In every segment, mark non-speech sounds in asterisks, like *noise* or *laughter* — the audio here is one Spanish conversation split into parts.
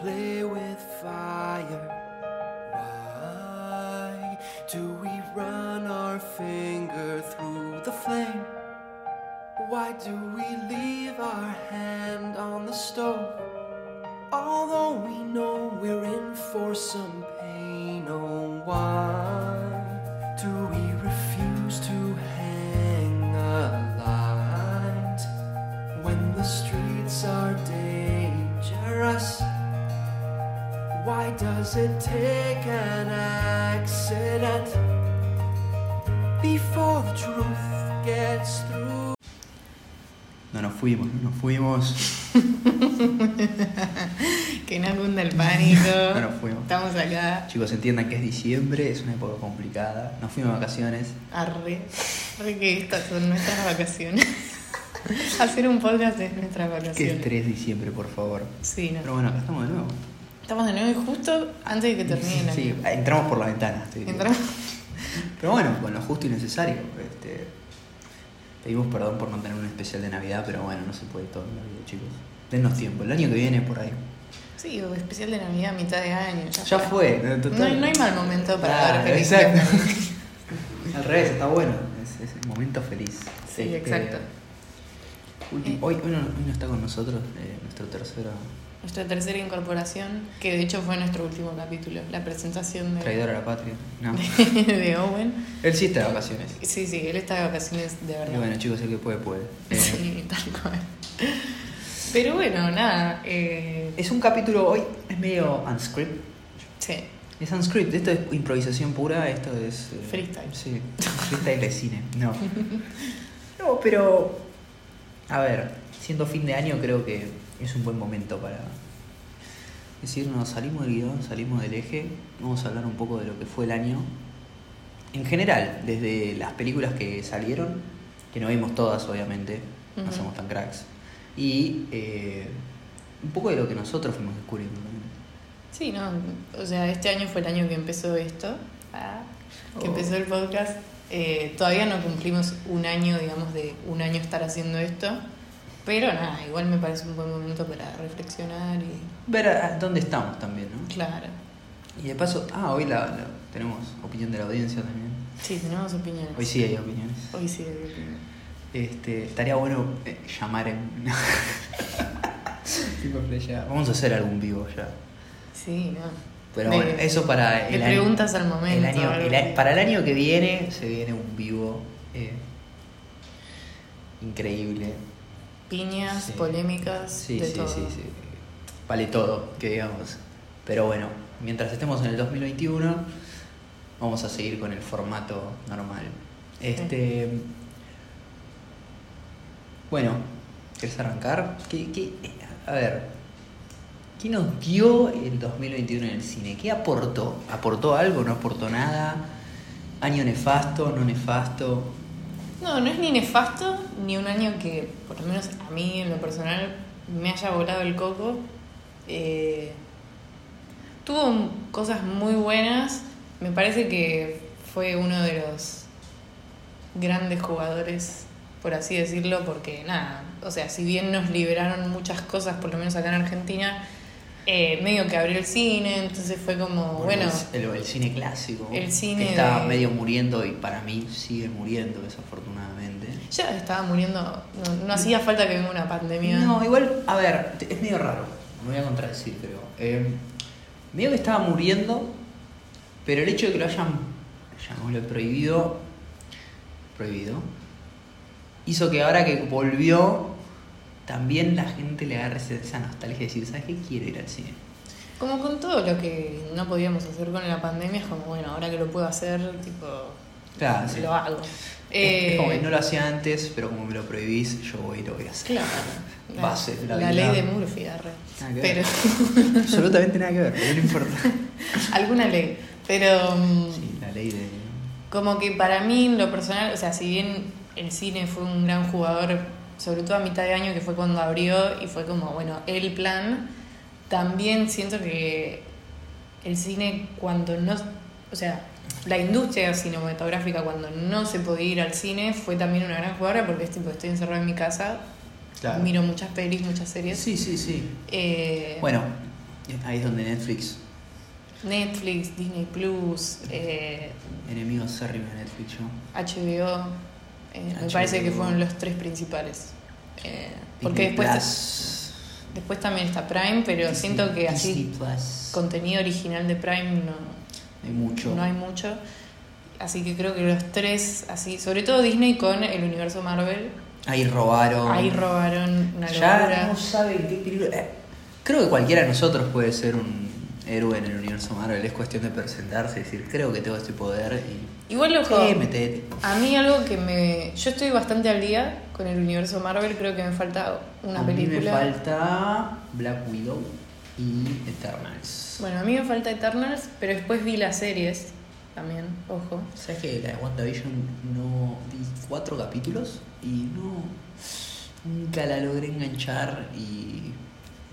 play with fire? Why do we run our finger through the flame? Why do we leave our hand on the stove? Although we know we're in for some pain, oh, why do we refuse to hang a light when the streets are dangerous? Why does it take an accident before the truth gets through? No nos fuimos, no nos fuimos. Que no cunda el pánico. *laughs* No nos fuimos. Estamos acá. Chicos, entiendan que es diciembre, es una época complicada. Nos fuimos de vacaciones. Arre. Arre que estas son nuestras vacaciones. *laughs* Hacer un podcast es nuestras Qué vacaciones. estrés diciembre, por favor. Sí, no. Pero bueno, acá estamos de nuevo. Estamos de nuevo y justo antes de que termine el Sí, año. entramos por la ventana. estoy diciendo. Entramos. Pero bueno, con lo justo y necesario. Este, pedimos perdón por no tener un especial de Navidad, pero bueno, no se puede todo en la vida, chicos. Denos tiempo, el año que viene por ahí. Sí, o especial de Navidad, mitad de año. Ya, Ya fue. Eh, total. No, hay- no hay mal momento para Claro, ver películas. Exacto. *laughs* Al revés, está bueno. Es, es el momento feliz. Sí, Este, exacto. ulti- Eh. Hoy, hoy no, hoy no está con nosotros eh, nuestro tercero Nuestra tercera incorporación, que de hecho fue nuestro último capítulo, la presentación de, traidor a la patria. No. *laughs* de Owen. Él sí está de vacaciones. Sí, sí, él está de vacaciones de Y verdad. bueno, chicos, el que puede, puede. Eh, *laughs* Sí, tal cual. Pero bueno, nada. eh, Es un capítulo hoy, es medio unscript. sí, Es unscript, esto es improvisación pura, esto es. eh, Freestyle. Sí, freestyle de cine, *laughs* no. No, pero. A ver, siendo fin de año, creo que es un buen momento para. Decirnos, salimos del guión, salimos del eje, vamos a hablar un poco de lo que fue el año. En general, desde las películas que salieron, que no vimos todas, obviamente, no Ujú. somos tan cracks, y eh, un poco de lo que nosotros fuimos descubriendo también. sí, no. O sea, este año fue el año que empezó esto, ah, que Oh. empezó el podcast. Eh, todavía no cumplimos un año, digamos, de un año estar haciendo esto. Pero nada, igual me parece un buen momento para reflexionar y. Ver a- a dónde estamos también, ¿no? Claro. Y de paso, ah, hoy la, la- tenemos opinión de la audiencia también. Sí, tenemos opiniones. Hoy sí hay opiniones. Hoy sí hay opiniones. Este, estaría bueno eh, llamar en. *laughs* Tipo flecha. Vamos a hacer algún vivo ya. Sí, no. Pero De- bueno, eso para de el año. preguntas al momento. el año- algo el así. a- para el año que viene se viene un vivo eh, increíble. Piñas, Sí. polémicas, Sí, de sí, todo. sí, sí. Vale todo, que digamos. Pero bueno, mientras estemos en el 2021, vamos a seguir con el formato normal. Este. Bueno, ¿querés arrancar? ¿Qué, qué- a ver. ¿Qué nos dio el 2021 en el cine? ¿Qué aportó? ¿Aportó algo? ¿No aportó nada? ¿Año nefasto? ¿No nefasto? No, no es ni nefasto, ni un año que, por lo menos a mí en lo personal, me haya volado el coco. Eh, tuvo m- cosas muy buenas. Me parece que fue uno de los grandes jugadores, por así decirlo, porque nada, o sea, si bien nos liberaron muchas cosas, por lo menos acá en Argentina, eh, medio que abrió el cine, entonces fue como, bueno, el, el cine clásico. el cine Que está de- medio muriendo y para mí sigue muriendo, desafortunadamente. ya estaba muriendo, no, no hacía falta que venga una pandemia. No, igual, a ver, te- es medio raro. Me voy a contradecir, creo. Eh, medio que estaba muriendo, pero el hecho de que lo hayan, llamémoslo prohibido, prohibido, hizo que ahora que volvió, también la gente le agarre ese- esa nostalgia de decir, ¿sabes qué? Quiero ir al cine. Como con todo lo que no podíamos hacer con la pandemia, es como, bueno, ahora que lo puedo hacer, tipo, Claro, Ah, sí. lo hago. Es- es como que Eh, no lo hacía antes, pero como me lo prohibís, yo voy y lo voy a hacer. Claro. La, Base, la la, ley habilidad. de Murphy, arre. Nada que Pero, *laughs* ver. Absolutamente nada que ver, pero no importa. alguna ley. Pero, mm, Sí, la ley de. como que para mí, en lo personal, o sea, si bien el cine fue un gran jugador, sobre todo a mitad de año, que fue cuando abrió y fue como, bueno, el plan, también siento que el cine cuando no, o sea, la industria cinematográfica cuando no se podía ir al cine fue también una gran jugadora porque es tipo, estoy encerrado en mi casa, miro muchas pelis, muchas series. Sí, sí, sí. Eh, Bueno, Ahí es donde Netflix, Netflix, Disney Plus, eh, enemigos acérrimos de Netflix, ¿no? HBO, eh, me HBO. parece que fueron los tres principales. Eh, porque Disney después, Plus. después también está Prime, pero Disney- siento que así Disney Plus. contenido original de Prime no, Hay mucho. no hay mucho. Así que creo que los tres, así, sobre todo Disney con el universo Marvel, Ahí robaron. ahí robaron una Ya locura. no saben qué película- eh, Creo que cualquiera de nosotros puede ser un héroe en el universo Marvel. Es cuestión de presentarse y decir, creo que tengo este poder. Y... Igual loco. Sí, metete. A mí algo que me... Yo estoy bastante al día con el universo Marvel, creo que me falta una A mí película. me falta Black Widow y Eternals. Bueno, a mí me falta Eternals, pero después vi las series también, ojo. ¿Sabes que la de WandaVision no vi cuatro capítulos y no. Nunca la logré enganchar y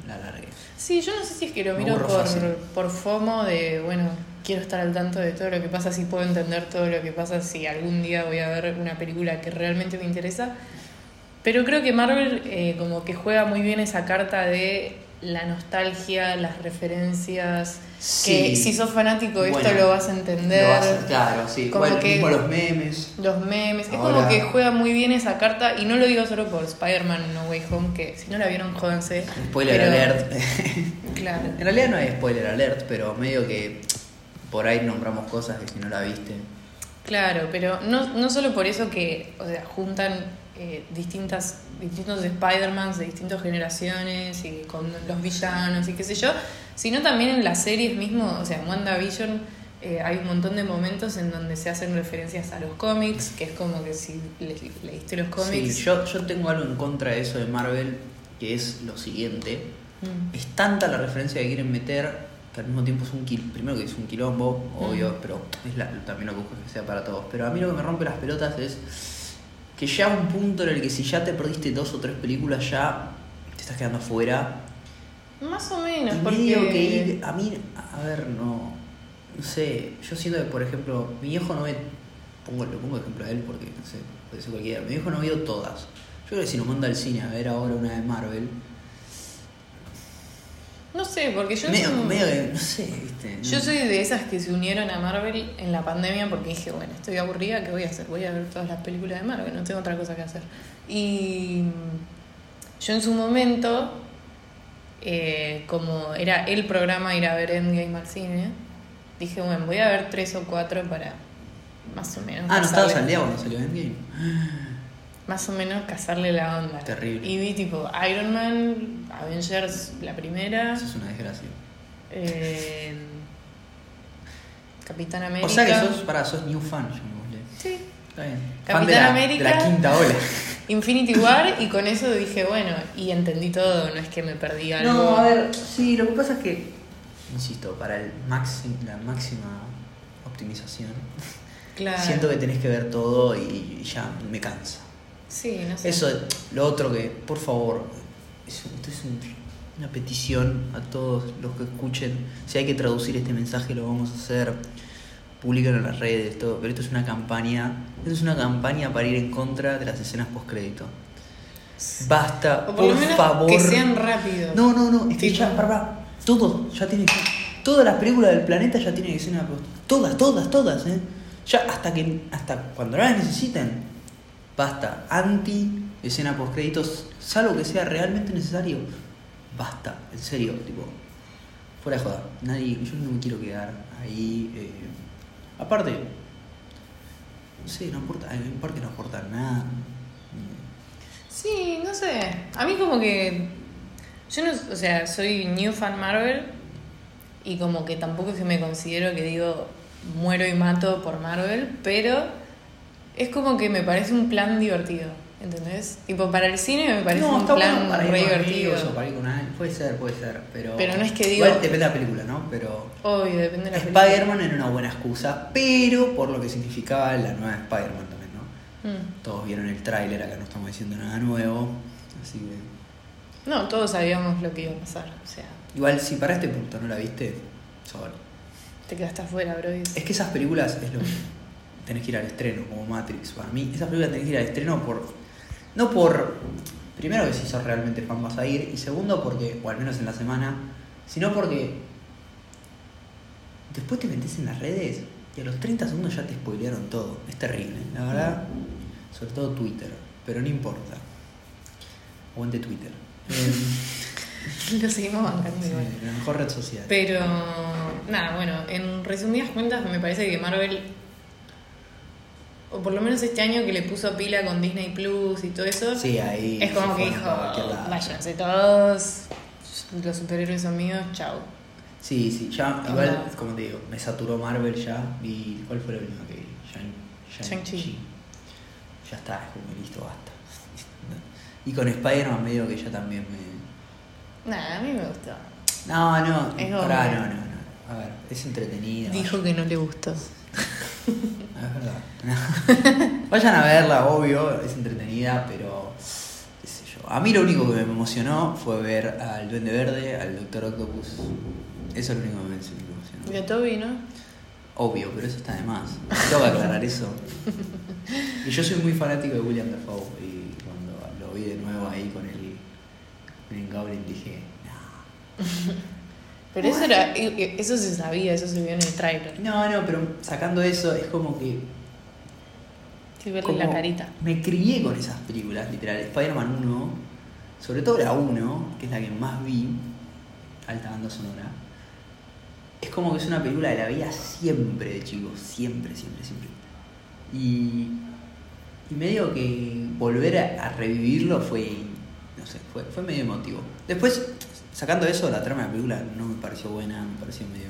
la largué. Sí, yo no sé si es que lo Me miro aburro por, fácil. por FOMO de, bueno, quiero estar al tanto de todo lo que pasa, si puedo entender todo lo que pasa, si algún día voy a ver una película que realmente me interesa. Pero creo que Marvel eh, como que juega muy bien esa carta de la nostalgia, las referencias, Sí. que si sos fanático de esto Bueno, lo vas a entender. Lo vas a- claro, sí. Como Bueno, que- mismo los memes. Los memes, es Ahora- como que juega muy bien esa carta, y no lo digo solo por Spider-Man No Way Home, que si no la vieron, jódanse. Spoiler Pero- alert. *laughs* Claro. En realidad no hay spoiler alert, pero medio que por ahí nombramos cosas que si no la viste. Claro, pero no, no solo por eso que o sea, juntan eh, distintas, distintos Spider-Mans de distintas generaciones y con los villanos y qué sé yo, sino también en las series mismo, o sea, en WandaVision eh, hay un montón de momentos en donde se hacen referencias a los cómics, que es como que si le- leíste los cómics... Sí, yo, yo tengo algo en contra de eso de Marvel, que es lo siguiente. Mm. Es tanta la referencia que quieren meter, que al mismo tiempo es un quil- primero que es un quilombo, obvio, Mm. pero es la- también lo que busco es que sea para todos. Pero a mí lo que me rompe las pelotas es que ya un punto en el que si ya te perdiste dos o tres películas ya te estás quedando fuera Más o menos, Y porque... medio que ir- a mí, a ver, no, no sé, yo siento que, por ejemplo, mi viejo no ve, pongo, lo pongo de ejemplo a él porque, no sé, puede ser cualquiera, mi viejo no vio todas. Yo creo que si nos manda al cine a ver ahora una de Marvel, No sé, porque yo... medio, soy- medio que, no sé, viste. no- Yo soy de esas que se unieron a Marvel en la pandemia porque dije, bueno, estoy aburrida, ¿qué voy a hacer? Voy a ver todas las películas de Marvel, no tengo otra cosa que hacer. Y mm, yo en su momento, eh, como era el programa ir a ver Endgame al cine, dije, bueno, voy a ver tres o cuatro para más o menos... Ah, no estabas casarle- al día cuando salió Endgame. Ah. Más o menos cazarle la onda. Terrible. Y vi tipo Iron Man, Avengers, la primera. Eso es una desgracia. eh, Capitán América. O sea que sos, pará, sos new fan, llamémosle. Sí. Está bien. Capitán fan de la, América. de la quinta *laughs* ola. Infinity War y con eso dije, bueno, y entendí todo, no es que me perdí algo. ver, sí, lo que pasa es que. Insisto, para el máximo, la máxima optimización, claro. siento que tenés que ver todo y, y ya me cansa. Sí, no sé. Eso, lo otro que, por favor, es, esto es un- una petición a todos los que escuchen. Si hay que traducir este mensaje, lo vamos a hacer. Publican en las redes, todo. Pero esto es una campaña. Esto es una campaña para ir en contra de las escenas postcrédito. Basta, O por, por, lo menos favor. que sean rápidos. No, no, no, es que Tipo- ya, pará, pará, todo, ya tiene que. Todas las películas del planeta ya tienen escena post. Todas, todas, todas, ¿eh? Ya hasta que. hasta cuando no las necesiten. Basta. Anti escena post créditos, salvo que sea realmente necesario. Basta, en serio, tipo. Fuera de joda. Nadie. Yo no me quiero quedar ahí. eh. Aparte. No sé, no aporta. En parte no aporta nada. Sí, no sé. A mí como que... Yo no... O sea, soy new fan Marvel y como que tampoco es que me considero que digo muero y mato por Marvel, pero es como que me parece un plan divertido, ¿entendés? Tipo, para el cine me parece un plan ir re con divertido. amigos o para ir con alguien. Puede ser, puede ser, pero... Pero no es que digo- Igual depende de la película, ¿no? Pero... Obvio, depende de la película. Spider-Man era una buena excusa, pero por lo que significaba la nueva Spider-Man también, ¿no? Mm. Todos vieron el tráiler, acá no estamos diciendo nada nuevo, así que... No, todos sabíamos lo que iba a pasar. O sea, Igual, si para este punto no la viste, sorry. te quedaste afuera, bro. y- Es que esas películas es lo que tenés que ir al estreno, como Matrix. Para mí, esas películas tenés que ir al estreno por. No por. Primero, que si sos realmente fan vas a ir. Y segundo, porque, o al menos en la semana, sino porque después te metes en las redes y a los 30 segundos ya te spoilearon todo. Es terrible, la verdad. Sobre todo Twitter, pero no importa. Aguante *laughs* Twitter. Em, Lo seguimos bancando igual. sí, la mejor red social. Pero nada, bueno, en resumidas cuentas me parece que Marvel, o por lo menos este año que le puso pila con Disney Plus y todo eso, Sí, ahí es se como que fueron dijo, para cualquier lado. váyanse todos, los superhéroes son míos, chao. Sí, sí, ya, Onda. igual, como te digo, me saturó Marvel ya. Vi, ¿Cuál fue la última que vi? Shang- Shang-Chi. Shang-Chi. ya está, es como que listo, basta. Y con Spider-Man medio que ya también me. Nada, a mí me gustó. No, no, Es pará, obvio. no, no, no. A ver, es entretenido. Dijo que no le gustó. Ah, Es verdad. *laughs* Vayan a verla, obvio, es entretenida, pero qué sé yo. A mí lo único que me emocionó fue ver al Duende Verde, al Doctor Octopus. Eso es lo único que me Y a emocionó. Toby, ¿no? Obvio, pero eso está de más. Tengo que aclarar eso. Y yo soy muy fanático de William Dafoe y cuando lo vi de nuevo ahí con el Green Goblin dije, "Nah". Pero eso, era, eso se sabía, eso se vio en el tráiler. no, no, pero sacando eso es como que Sí, verle Como la carita. Me crié con esas películas, literal. Spider-Man 1, sobre todo la 1, que es la que más vi, alta banda sonora. Es como que es una película que la veía siempre de chico, siempre, siempre, siempre. Y, y medio que volver a, a revivirlo fue, no sé, fue, fue medio emotivo. Después, sacando eso, la trama de la película no me pareció buena, me pareció medio...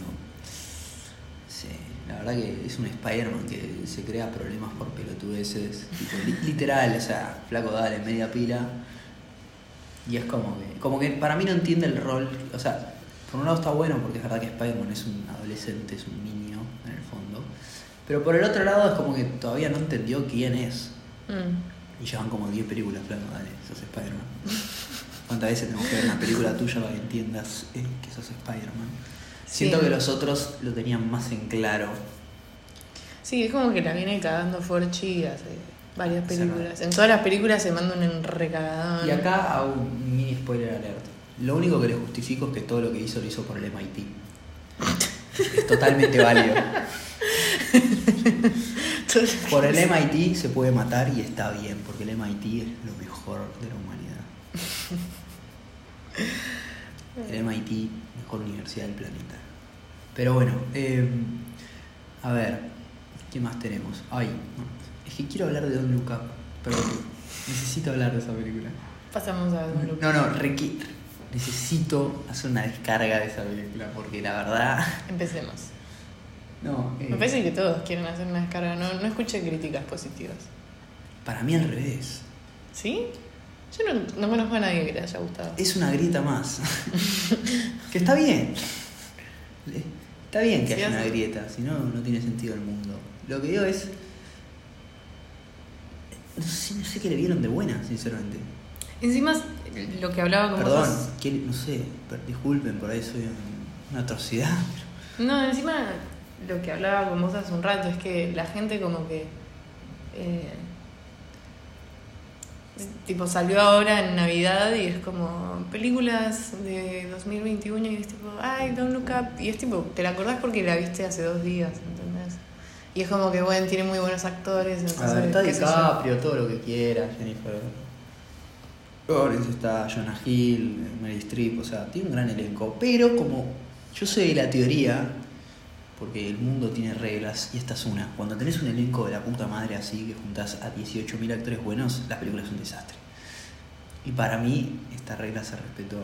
Sí, la verdad que es un Spider-Man que se crea problemas por pelotudeces. tipo, li- literal, o sea, flaco dale, media pila. Y es como que, como que para mí no entiende el rol. O sea, por un lado está bueno porque es verdad que Spider-Man es un adolescente, es un niño en el fondo. Pero por el otro lado es como que todavía no entendió quién es. Mm. Y llevan como 10 películas, flaco, dale, sos Spider-Man. ¿Cuántas veces tenemos que ver una película tuya para que entiendas eh, que sos Spider-Man? Sí. Siento que los otros lo tenían más en claro. Sí, es como que la viene cagando Forchi hace varias Sí. películas. En todas las películas se manda un recagadón. Y acá hago un mini spoiler alert. Lo único que le justifico es que todo lo que hizo lo hizo por el MIT. Es totalmente válido. Por el MIT se puede matar y está bien, porque el MIT es lo mejor de la humanidad. El MIT, mejor universidad del planeta. Pero bueno, eh, a ver, ¿qué más tenemos? Ay, no, es que quiero hablar de Don Look Up, perdón, necesito hablar de esa película. Pasamos a un grupo. No, no, Ricky, necesito hacer una descarga de esa película porque la verdad. Empecemos. No, eh, Me parece que todos quieren hacer una descarga. No, no escuché críticas positivas. para mí al revés. ¿Sí? Yo no, no conozco a nadie que le haya gustado. Es una grieta más. *laughs* que está bien. Está bien que Sí, haya una hace- grieta, si no, no tiene sentido el mundo. Lo que digo es. No sé, no sé qué le vieron de buena, sinceramente. Encima, lo que hablaba con vos Perdón, es- que- no sé, per- disculpen, por ahí soy un- una atrocidad. No, encima lo que hablaba con vos hace un rato es que la gente como que... eh, tipo salió ahora en Navidad y es como películas de 2021 y es tipo, ay, Don't Look Up. Y es tipo, te la acordás porque la viste hace dos días, ¿entendés? Y es como que, bueno, tiene muy buenos actores. A ver, Entonces, está qué sé yo. DiCaprio, todo lo que quiera, Jennifer. Lawrence está Jonah Hill, Mary Streep, o sea, tiene un gran elenco. Pero como yo soy de la teoría, porque el mundo tiene reglas y esta es una. Cuando tenés un elenco de la puta madre así, que juntás a 18.000 actores buenos, las películas son un desastre. Y para mí, esta regla se respetó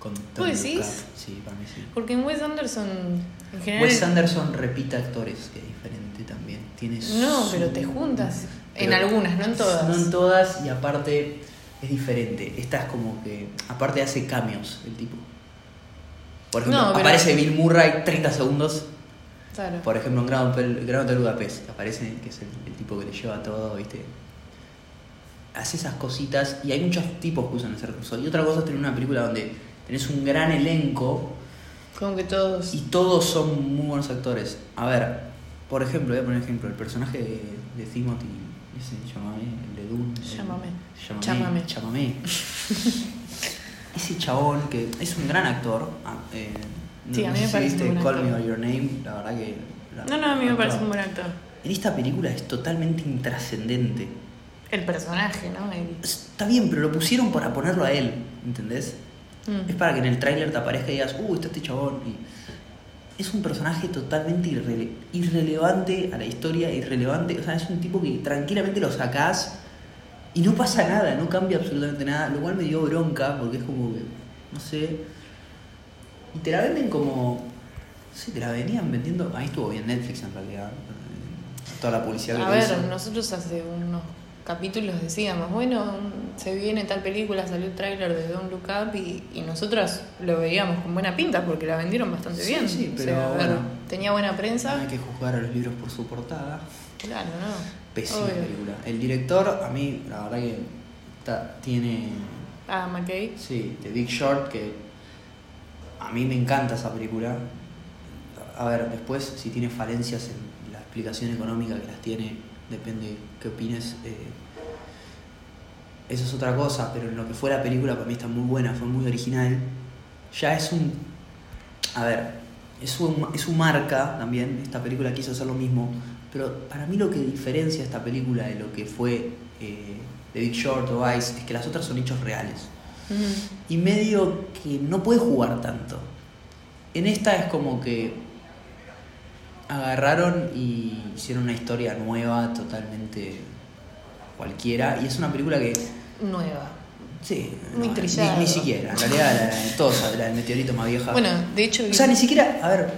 con Don't Look decís? Up. Sí, para mí sí. Porque en Wes Anderson, en general... Wes Anderson repite actores, que es diferente también. Tiene No, su- pero te juntas. En Pero- algunas, no en todas. No en todas, y aparte es diferente. Esta es como que. Aparte hace cambios el tipo. Por ejemplo, No, pero- aparece Bill Murray 30 segundos. Claro. Por ejemplo, en Gran Hotel, Gran Hotel Budapest aparece, que es el, el tipo que le lleva todo, ¿viste? Hace esas cositas y hay muchos tipos que usan ese recurso. Y otra cosa es tener una película donde tenés un gran elenco Como que todos... y todos son muy buenos actores. A ver, por ejemplo, voy a poner ejemplo, el personaje de, de Timothy, ese llamame, el de Dune. el- Llámame. Llámame. Chámame. Chámame. ese chabón que es un gran actor. ah, eh, no- Sí, a no mí sé me si parece viste un buen Call Me actor. By Your Name, la verdad que. la- No, no, a mí me la- parece un buen actor. En esta película es totalmente intrascendente. El personaje, ¿no? El- Está bien, pero lo pusieron para ponerlo a él, ¿entendés? Mm. Es para que en el tráiler te aparezca y digas, uh, está este chabón. Y es un personaje totalmente irrele- irrelevante a la historia, irrelevante. O sea, es un tipo que tranquilamente lo sacás y no pasa nada, no cambia absolutamente nada. Lo cual me dio bronca porque es como que, no sé. Y te la venden como. No sé, te la venían vendiendo. Ahí estuvo bien Netflix en realidad. eh, Toda la publicidad que A le hizo. ver, nosotros hace unos capítulos decíamos, bueno, se viene tal película, salió el tráiler de Don't Look Up y, y nosotros lo veíamos con buena pinta porque la vendieron bastante Sí, bien. sí, O sea, pero a ver, bueno. tenía buena prensa. No hay que juzgar a los libros por su portada. Claro, ¿no? Pésima Obvio. película. El director, a mí, la verdad que ta- tiene. Ah, McKay. Sí, The Big Short, que a mí me encanta esa película. A ver, después, si tiene falencias en la explicación económica que las tiene, depende qué opines. eh, eso es otra cosa, pero en lo que fue la película, para mí está muy buena, fue muy original. Ya es un. A ver, es su, es su marca también. Esta película quiso hacer lo mismo. Pero para mí lo que diferencia esta película de lo que fue eh, The Big Short o Vice es que las otras son hechos reales. Mm. Y medio que no puede jugar tanto. En esta es como que agarraron y hicieron una historia nueva, totalmente cualquiera. Y es una película que Nueva. Sí. Muy no, trillado. Ni, ni siquiera, en realidad la, la- todos la del meteorito más vieja. Bueno, de hecho... Ah. o sea, ni siquiera, a ver,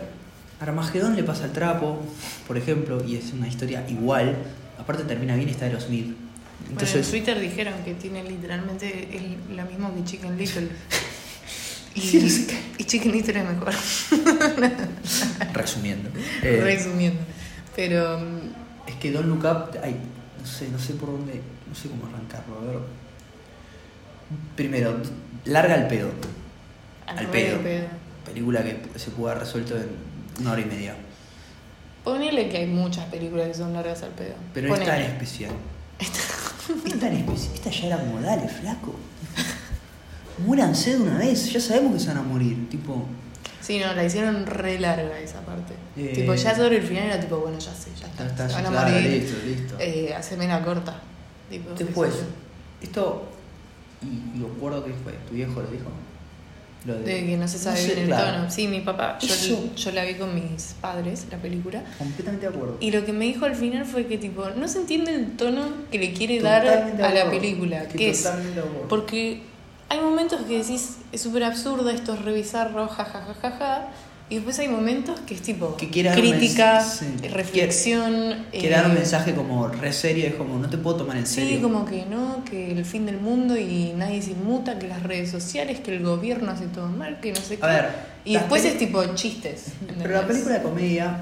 Armagedón le pasa el trapo, por ejemplo, y es una historia igual. Aparte termina bien esta de los Smith. bueno, en Entonces, Twitter dijeron que tiene literalmente el- lo mismo que Chicken Little. *laughs* Y, Sí, no sé qué. y Chicken Little es mejor. *laughs* resumiendo. eh, Resumiendo. Pero mm, es que Don Look Up, ay, no sé, no sé por dónde, no sé cómo arrancarlo, a ver. Primero, larga el pedo. Al re pedo. pedo. Película que se pudo haber resuelto en una hora y media. Ponele que hay muchas películas que son largas al pedo. Pero Ponele. esta en especial. *laughs* Esta en especial. Esta ya era como, dale, flaco. Múranse de una vez, ya sabemos que se van a morir. Tipo, Sí, no, la hicieron re larga esa parte. Eh. Tipo, ya sobre el final era tipo, bueno, ya sé, ya está. ya está, ya se van a está, morir. listo, listo. Eh, haceme la corta. Tipo, qué Después, sé yo. esto, y, y acuerdo que fue, tu viejo lo dijo. Lo De que no se sabe sé, bien el claro, tono. Sí, mi papá, yo, Eso. yo la vi con mis padres, la película. Completamente de acuerdo. Y lo que me dijo al final fue que, tipo, no se entiende el tono que le quiere Totalmente dar a de la acuerdo. película. Estoy que es, totalmente de acuerdo. Porque hay momentos que decís, es súper absurdo, esto es revisarlo, jajajajaja. Y después hay momentos que es tipo Que quiere dar un crítica, eh, mens- sí. reflexión. Quiere dar un eh, mensaje como re serio, es como, no te puedo tomar en serio. Sí, como que no, que el fin del mundo y nadie se inmuta, que las redes sociales, que el gobierno hace todo mal, que no sé qué. A ver, y las después peli- es tipo chistes. Pero la ¿entendés? película de comedia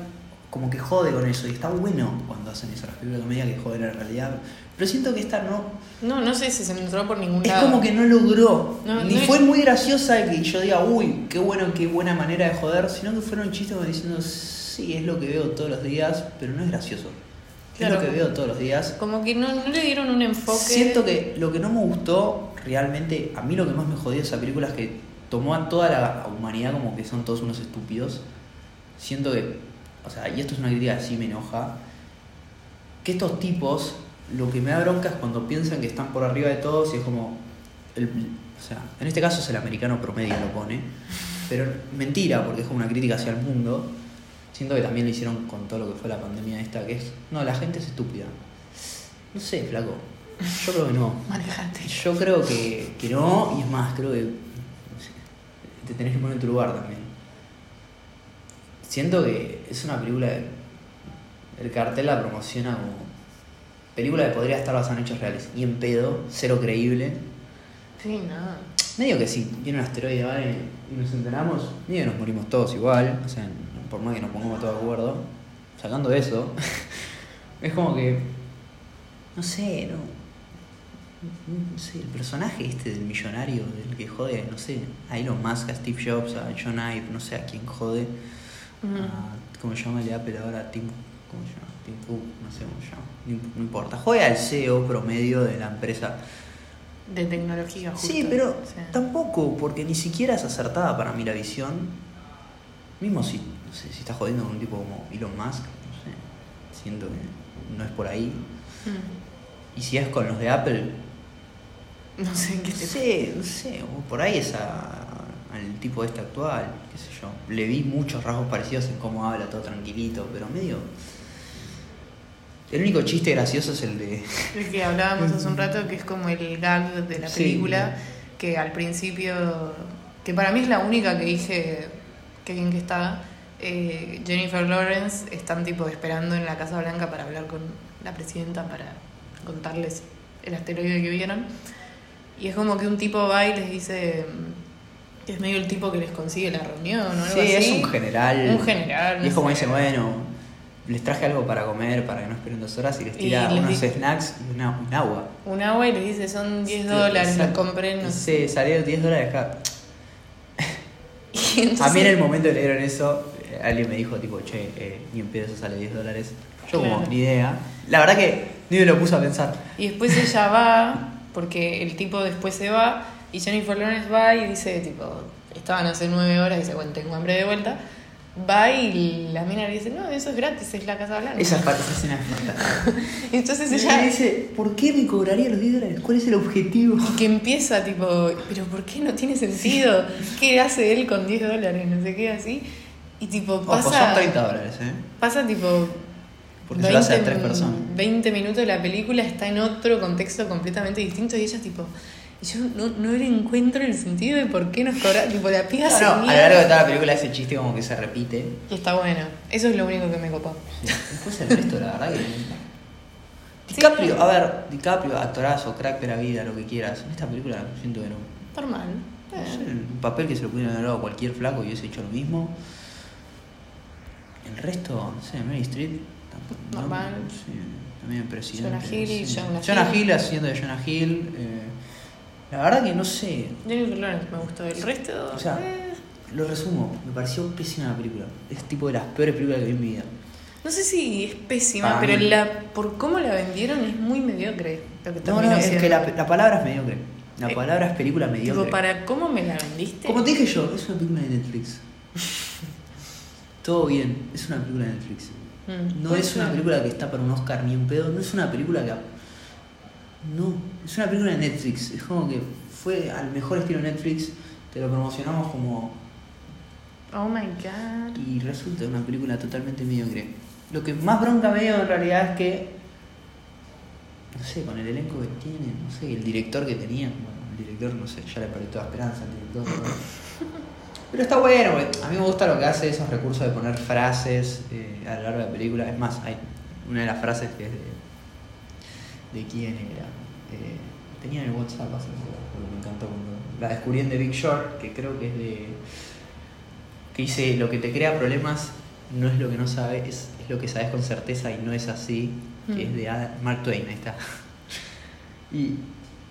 como que jode con eso y está bueno cuando hacen eso, las películas de comedia que joden a la realidad. Pero siento que esta no... No, no sé si se entró por ningún Es lado. como que no logró. No, Ni no fue es- muy graciosa que yo diga, uy, qué bueno, qué buena manera de joder, sino que fueron chistes como diciendo, sí, es lo que veo todos los días, pero no es gracioso. Claro. Es lo que veo todos los días. Como que no, no le dieron un enfoque. Siento que lo que no me gustó realmente, a mí lo que más me jodió de esa película es que tomó a toda la humanidad como que son todos unos estúpidos. Siento que, o sea, y esto es una crítica que sí me enoja, que estos tipos, lo que me da bronca es cuando piensan que están por arriba de todos y es como, el- o sea, en este caso es el americano promedio lo pone, pero mentira, porque es como una crítica hacia el mundo. Siento que también lo hicieron con todo lo que fue la pandemia esta, que es, no, la gente es estúpida. No sé, flaco. Yo creo que no. Manejate. Yo creo que, que no, y es más, creo que no sé, te tenés que poner en tu lugar también. Siento que es una película. que el cartel la promociona como película que podría estar basada en hechos reales. Y en pedo, cero creíble. Sí, no. Medio que si viene un asteroide ¿vale? y nos enteramos, medio que nos morimos todos igual. O sea, n- por más que nos pongamos todos de acuerdo. Sacando eso, *laughs* es como que. No sé, no. No sé, el personaje este del millonario, del que jode, no sé, a Elon Musk, a Steve Jobs, a John Ive, no sé a quién jode. Ujú. a- ¿Cómo se llama el de Apple ahora? Tim, ¿Cómo se llama? E Tim Cook, no sé cómo se llama. No, imp- no importa. Jode al CEO promedio de la empresa. de tecnología. Justo. Sí, pero O sea, tampoco, porque ni siquiera es acertada para mí la visión. Mismo si, no sé, si estás jodiendo con un tipo como Elon Musk, no sé, siento que no es por ahí. mm, Y si es con los de Apple, *laughs* No sé en qué no te sé, no sé, o por ahí es a- al tipo este actual, qué sé yo. Le vi muchos rasgos parecidos en cómo habla, todo tranquilito, pero medio... El único chiste gracioso es el de... El que hablábamos hace un rato, que es como el gag de la Sí. película, que al principio, que para mí es la única que dije, que bien que está, eh, Jennifer Lawrence están tipo esperando en la Casa Blanca para hablar con la presidenta, para contarles el asteroide que vieron. Y es como que un tipo va y les dice, que es medio el tipo que les consigue la reunión o algo sí, así. es un general. Un general, Y no es como sé. dice, bueno, les traje algo para comer, para que no esperen dos horas, y les Y tira les unos di- snacks y una, un agua. Un agua y les dice, son 10 Sí, dólares, los exacto. compré, no sé. *laughs* Sí, salieron 10 dólares acá. Y A mí en entonces- el momento que le dieron eso, eh, alguien me dijo, tipo, che, eh, ni un pedo eso sale 10 dólares. Yo como, Claro. ni idea. La verdad que ni me lo puse a pensar. Y después ella va, porque el tipo después se va, y Jennifer Lawrence va y dice, tipo, estaban hace nueve horas, y dice, bueno, tengo hambre de vuelta. Va y la mina le dice, no, eso es gratis, es la Casa Blanca. Esa parte, esa escena es fantástica. *laughs* Entonces Y ella, dice, ¿por qué me cobraría los 10 dólares? ¿Cuál es el objetivo? y que empieza, tipo, pero ¿por qué no tiene sentido? ¿Qué hace él con 10 dólares? No sé qué, así. Y tipo, Ojo, son pasa, 30 dólares, ¿eh? pasa tipo... Porque se lo hace a 20 tres personas. 20 minutos de la película está en otro contexto completamente distinto y ella tipo, yo no, no le encuentro el sentido de por qué nos cobra, tipo la piba se No, no, a lo niega. largo de toda la película ese chiste como que se repite. Y está bueno, eso es lo único que me copó. Después el resto, la verdad que. DiCaprio, Sí. a ver, DiCaprio, actorazo, crack de la vida, lo que quieras. En esta película siento que no. Normal. No Eh, sé, un papel que se lo pudieron haber dado a cualquier flaco y hubiese hecho lo mismo. El resto, no sé, Mary Streep. tampoco, no, Normal. sí, también el presidente. Jonah Hill y sí. Jonah Jonah Hill. Hill haciendo de Jonah Hill. eh, la verdad que no sé. Jennifer Lawrence me gustó, el resto... O sea, eh, Lo resumo, me pareció pésima la película. Es tipo de las peores películas que vi en mi vida. no sé si es pésima, Para pero mí. la por cómo la vendieron es muy mediocre. Lo que No, terminó no, es siendo. que la, la palabra es mediocre. La Eh, palabra es película mediocre. Tipo, para cómo me la vendiste... Como te dije yo, es una película de *laughs* Netflix. Todo bien, es una película de Netflix. Mm, No puede es una ser. película que está para un Oscar ni un pedo, no es una película que... No, es una película de Netflix. Es como que fue al mejor estilo Netflix, te lo promocionamos como... Oh my god. Y resulta una película totalmente mediocre. Lo que más bronca me dio en realidad es que... No sé, con el elenco que tiene, no sé, el director que tenía, bueno, el director, no sé, ya le perdí toda esperanza al director. ¿no? Pero está bueno, porque a mí me gusta lo que hace esos recursos de poner frases eh, a lo largo de la película. Es más, hay una de las frases que es de. ¿De quién era? Eh, tenía en el WhatsApp hace poco, porque me encantó cuando. La descubrí en The Big Short, que creo que es de. que dice: Lo que te crea problemas no es lo que no sabes, es, es lo que sabes con certeza y no es así. Mm. Que es de Ad- Mark Twain, ahí está. *laughs* y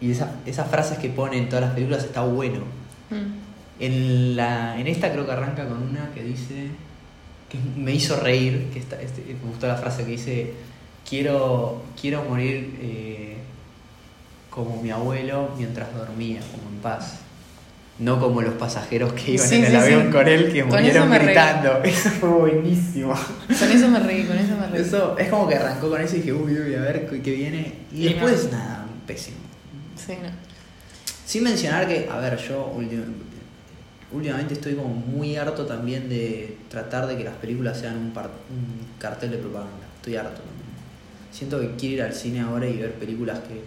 y esa- esas frases que pone en todas las películas está bueno. Mm. En, la, en esta creo que arranca con una que dice, que me hizo reír, que está, este, me gustó la frase que dice, quiero, quiero morir eh, como mi abuelo mientras dormía, como en paz. No como los pasajeros que iban Sí, en el sí, avión sí. con él que Con eso murieron me reí. gritando. *laughs* Eso fue buenísimo. Con eso me reí, con eso me reí. Eso, es como que arrancó con eso y dije, uy, uy, a ver qué qué viene. Y Y después, nada, pésimo. Sí, no. Sin mencionar que, a ver, yo últim- últimamente estoy como muy harto también de tratar de que las películas sean un, par- un cartel de propaganda. Estoy harto también. Siento que quiero ir al cine ahora y ver películas que.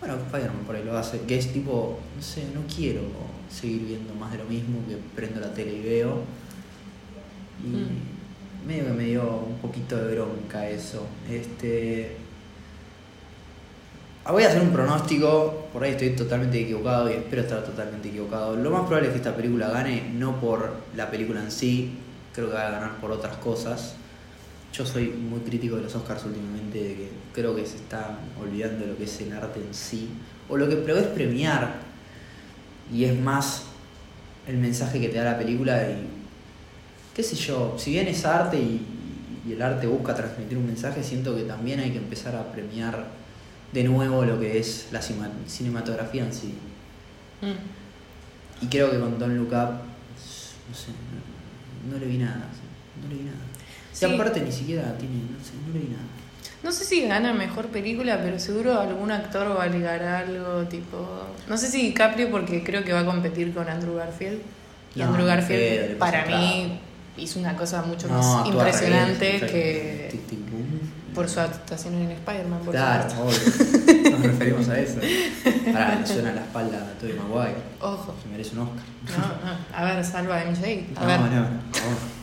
Bueno, Spider-Man por ahí lo hace, que es tipo, no sé, no quiero seguir viendo más de lo mismo que prendo la tele y veo. Y medio que me dio un poquito de bronca eso. Este. Ah, Voy a hacer un pronóstico, por ahí estoy totalmente equivocado y espero estar totalmente equivocado. Lo más probable es que esta película gane, no por la película en sí, creo que va a ganar por otras cosas. Yo soy muy crítico de los Oscars últimamente, de que creo que se están olvidando de lo que es el arte en sí, o lo que pre- es premiar, y es más el mensaje que te da la película y qué sé yo, si bien es arte y, y el arte busca transmitir un mensaje, siento que también hay que empezar a premiar de nuevo lo que es la cima- cinematografía en sí. Mm. Y creo que con Don Look Up, no sé, no, no le vi nada. No le vi nada. Y Sí. aparte ni siquiera tiene, no sé, no le vi nada. No sé si gana mejor película, pero seguro algún actor va a ligar algo, tipo. No sé si DiCaprio, porque creo que va a competir con Andrew Garfield. Y No, Andrew ni Garfield, pedo, le pasa para mí, trapo. hizo una cosa mucho No, más actúa re impresionante bien, sí, que Tic, tic, boom. por su actuación en Spider-Man. Por Claro, supuesto. *laughs* obvio. Nos referimos a eso. Ahora le suena la espalda a Tobey Maguire. Ojo. Se merece un Oscar. No, no. A ver, salva a MJ. A no, ver. no, no, no.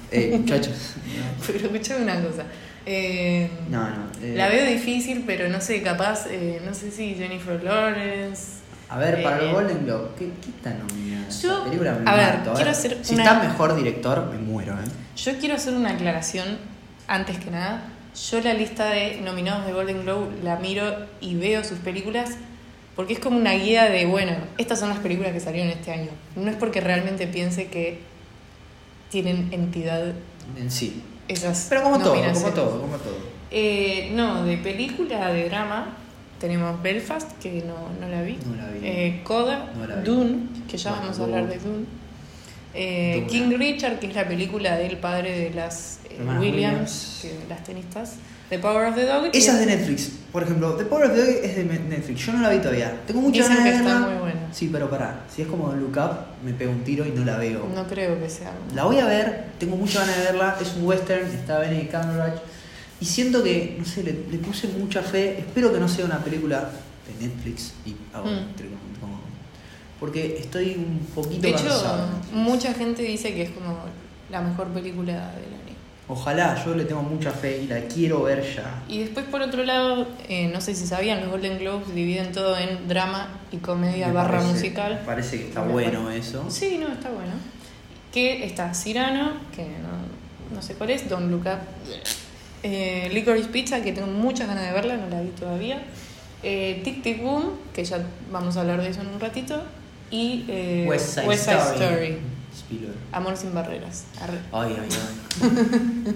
Eh, muchachos. *laughs* Pero escuchame una cosa. Eh, No, no. eh, La veo difícil, pero no sé, capaz, eh, no sé si Jennifer Lawrence. A ver, para eh, el Golden Globe, ¿qué, qué está nominada? esa Yo- película? Me a ver, mato, eh. quiero hacer Si una- está mejor director, me muero, ¿eh? Yo quiero hacer una aclaración antes que nada. Yo la lista de nominados de Golden Globe la miro y veo sus películas porque es como una guía de, bueno, estas son las películas que salieron este año. No es porque realmente piense que tienen entidad En sí. esas Pero como todo, como nominaciones. todo, como todo. Eh, no, de película, de drama, tenemos Belfast, que no, no la vi. No la vi. Eh, Coda, No la vi. Dune, que ya Bueno, vamos a hablar Dune. de Dune. Eh, Dune. King Richard, que es la película del padre de las eh, Hermanas Williams, Williams. que- las tenistas. The Power of the Dog. y- Esa es de Netflix. Por ejemplo, The Power of the Dog es de Netflix. Yo no la vi todavía. Tengo mucha Dicen ganas que de está verla. muy buena. Sí, pero pará. Si es como Look Up, me pego un tiro y no la veo. No creo que sea. La voy a ver, tengo mucha ganas de verla. Es un western, está Benedict Cumberbatch. Y siento que, no sé, le, le puse mucha fe. Espero que no sea una película de Netflix. Y hago Mm. entre com- como- porque estoy un poquito De hecho, cansado. mucha gente dice que es como la mejor película del año. Ojalá, yo le tengo mucha fe y la quiero ver ya. Y después, por otro lado, eh, no sé si sabían, los Golden Globes dividen todo en drama y comedia Me barra parece- me musical. Parece que está Me bueno eso. Sí, no, está bueno. Que está Cyrano, que no, no sé cuál es, Don Luca. Eh, Licorice Pizza, que tengo muchas ganas de verla, no la vi todavía. Eh, Tic Tic Boom, que ya vamos a hablar de eso en un ratito. Y eh, West Side, Story. Spielberg. Amor sin barreras. Arre. Ay, ay, ay.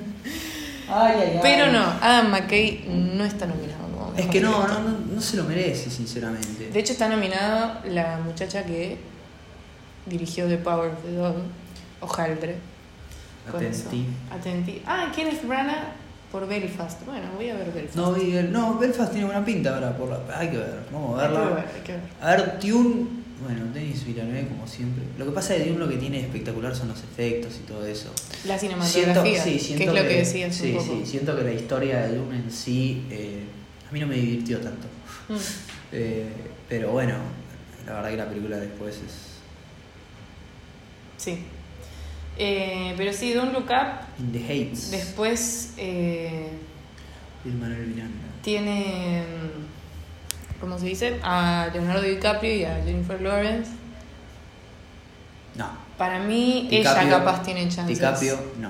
ay, ay, ay. Pero no, Adam McKay no está nominado. como Es mejor que no, director. no, no, no se lo merece, sinceramente. De hecho está nominada la muchacha que dirigió The Power of the Dog, Ojaldre. con eso. Atentí. Atenti. Ah, Kenneth Branagh por Belfast. Bueno, voy a ver Belfast. No, vi el- no, Belfast tiene buena pinta ahora. Por la, hay que ver, vamos a Hay que verla. ver, hay que ver. A ver, Tune. Bueno, Denis Villeneuve, como siempre. Lo que pasa es que Dune lo que tiene espectacular son los efectos y todo eso. La cinematografía, Siento, sí, siento que es lo que, decías sí, un poco. sí, siento que la historia de Dune en sí eh, a mí no me divirtió tanto. Mm. Eh, pero bueno, la verdad que la película después es Sí. Eh, pero sí, Don't Look Up. In the Heights. Después eh, de Manuel Miranda. tiene, mm, ¿cómo se dice? A Leonardo DiCaprio y a Jennifer Lawrence. No. Para mí, DiCaprio- ella capaz tiene chances. DiCaprio, no.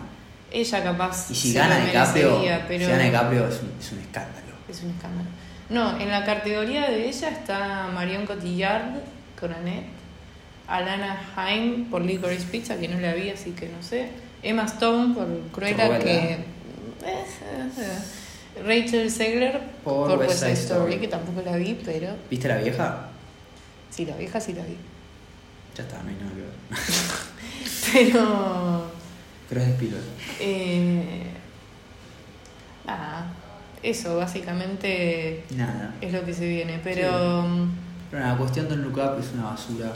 Ella capaz. Y si se gana lo DiCaprio, merecería, pero si gana DiCaprio es un, es un escándalo. Es un escándalo. No, en la categoría de ella está Marion Cotillard con Annette, Alana Haim por Licorice Pizza, que no la vi, así que no sé. Emma Stone por Cruella, Cruella. que. eh, eh, eh. *laughs* Rachel Segler por, West Side Story, que tampoco la vi, pero. ¿Viste la vieja? Sí, la vieja sí la vi. *laughs* Ya está, no hay nada que ver. *laughs* Pero. Pero es de Spielberg. Eh, nada. Eso básicamente Nada. es lo que se viene, pero. um, Pero nada, cuestión de un lookup es una basura.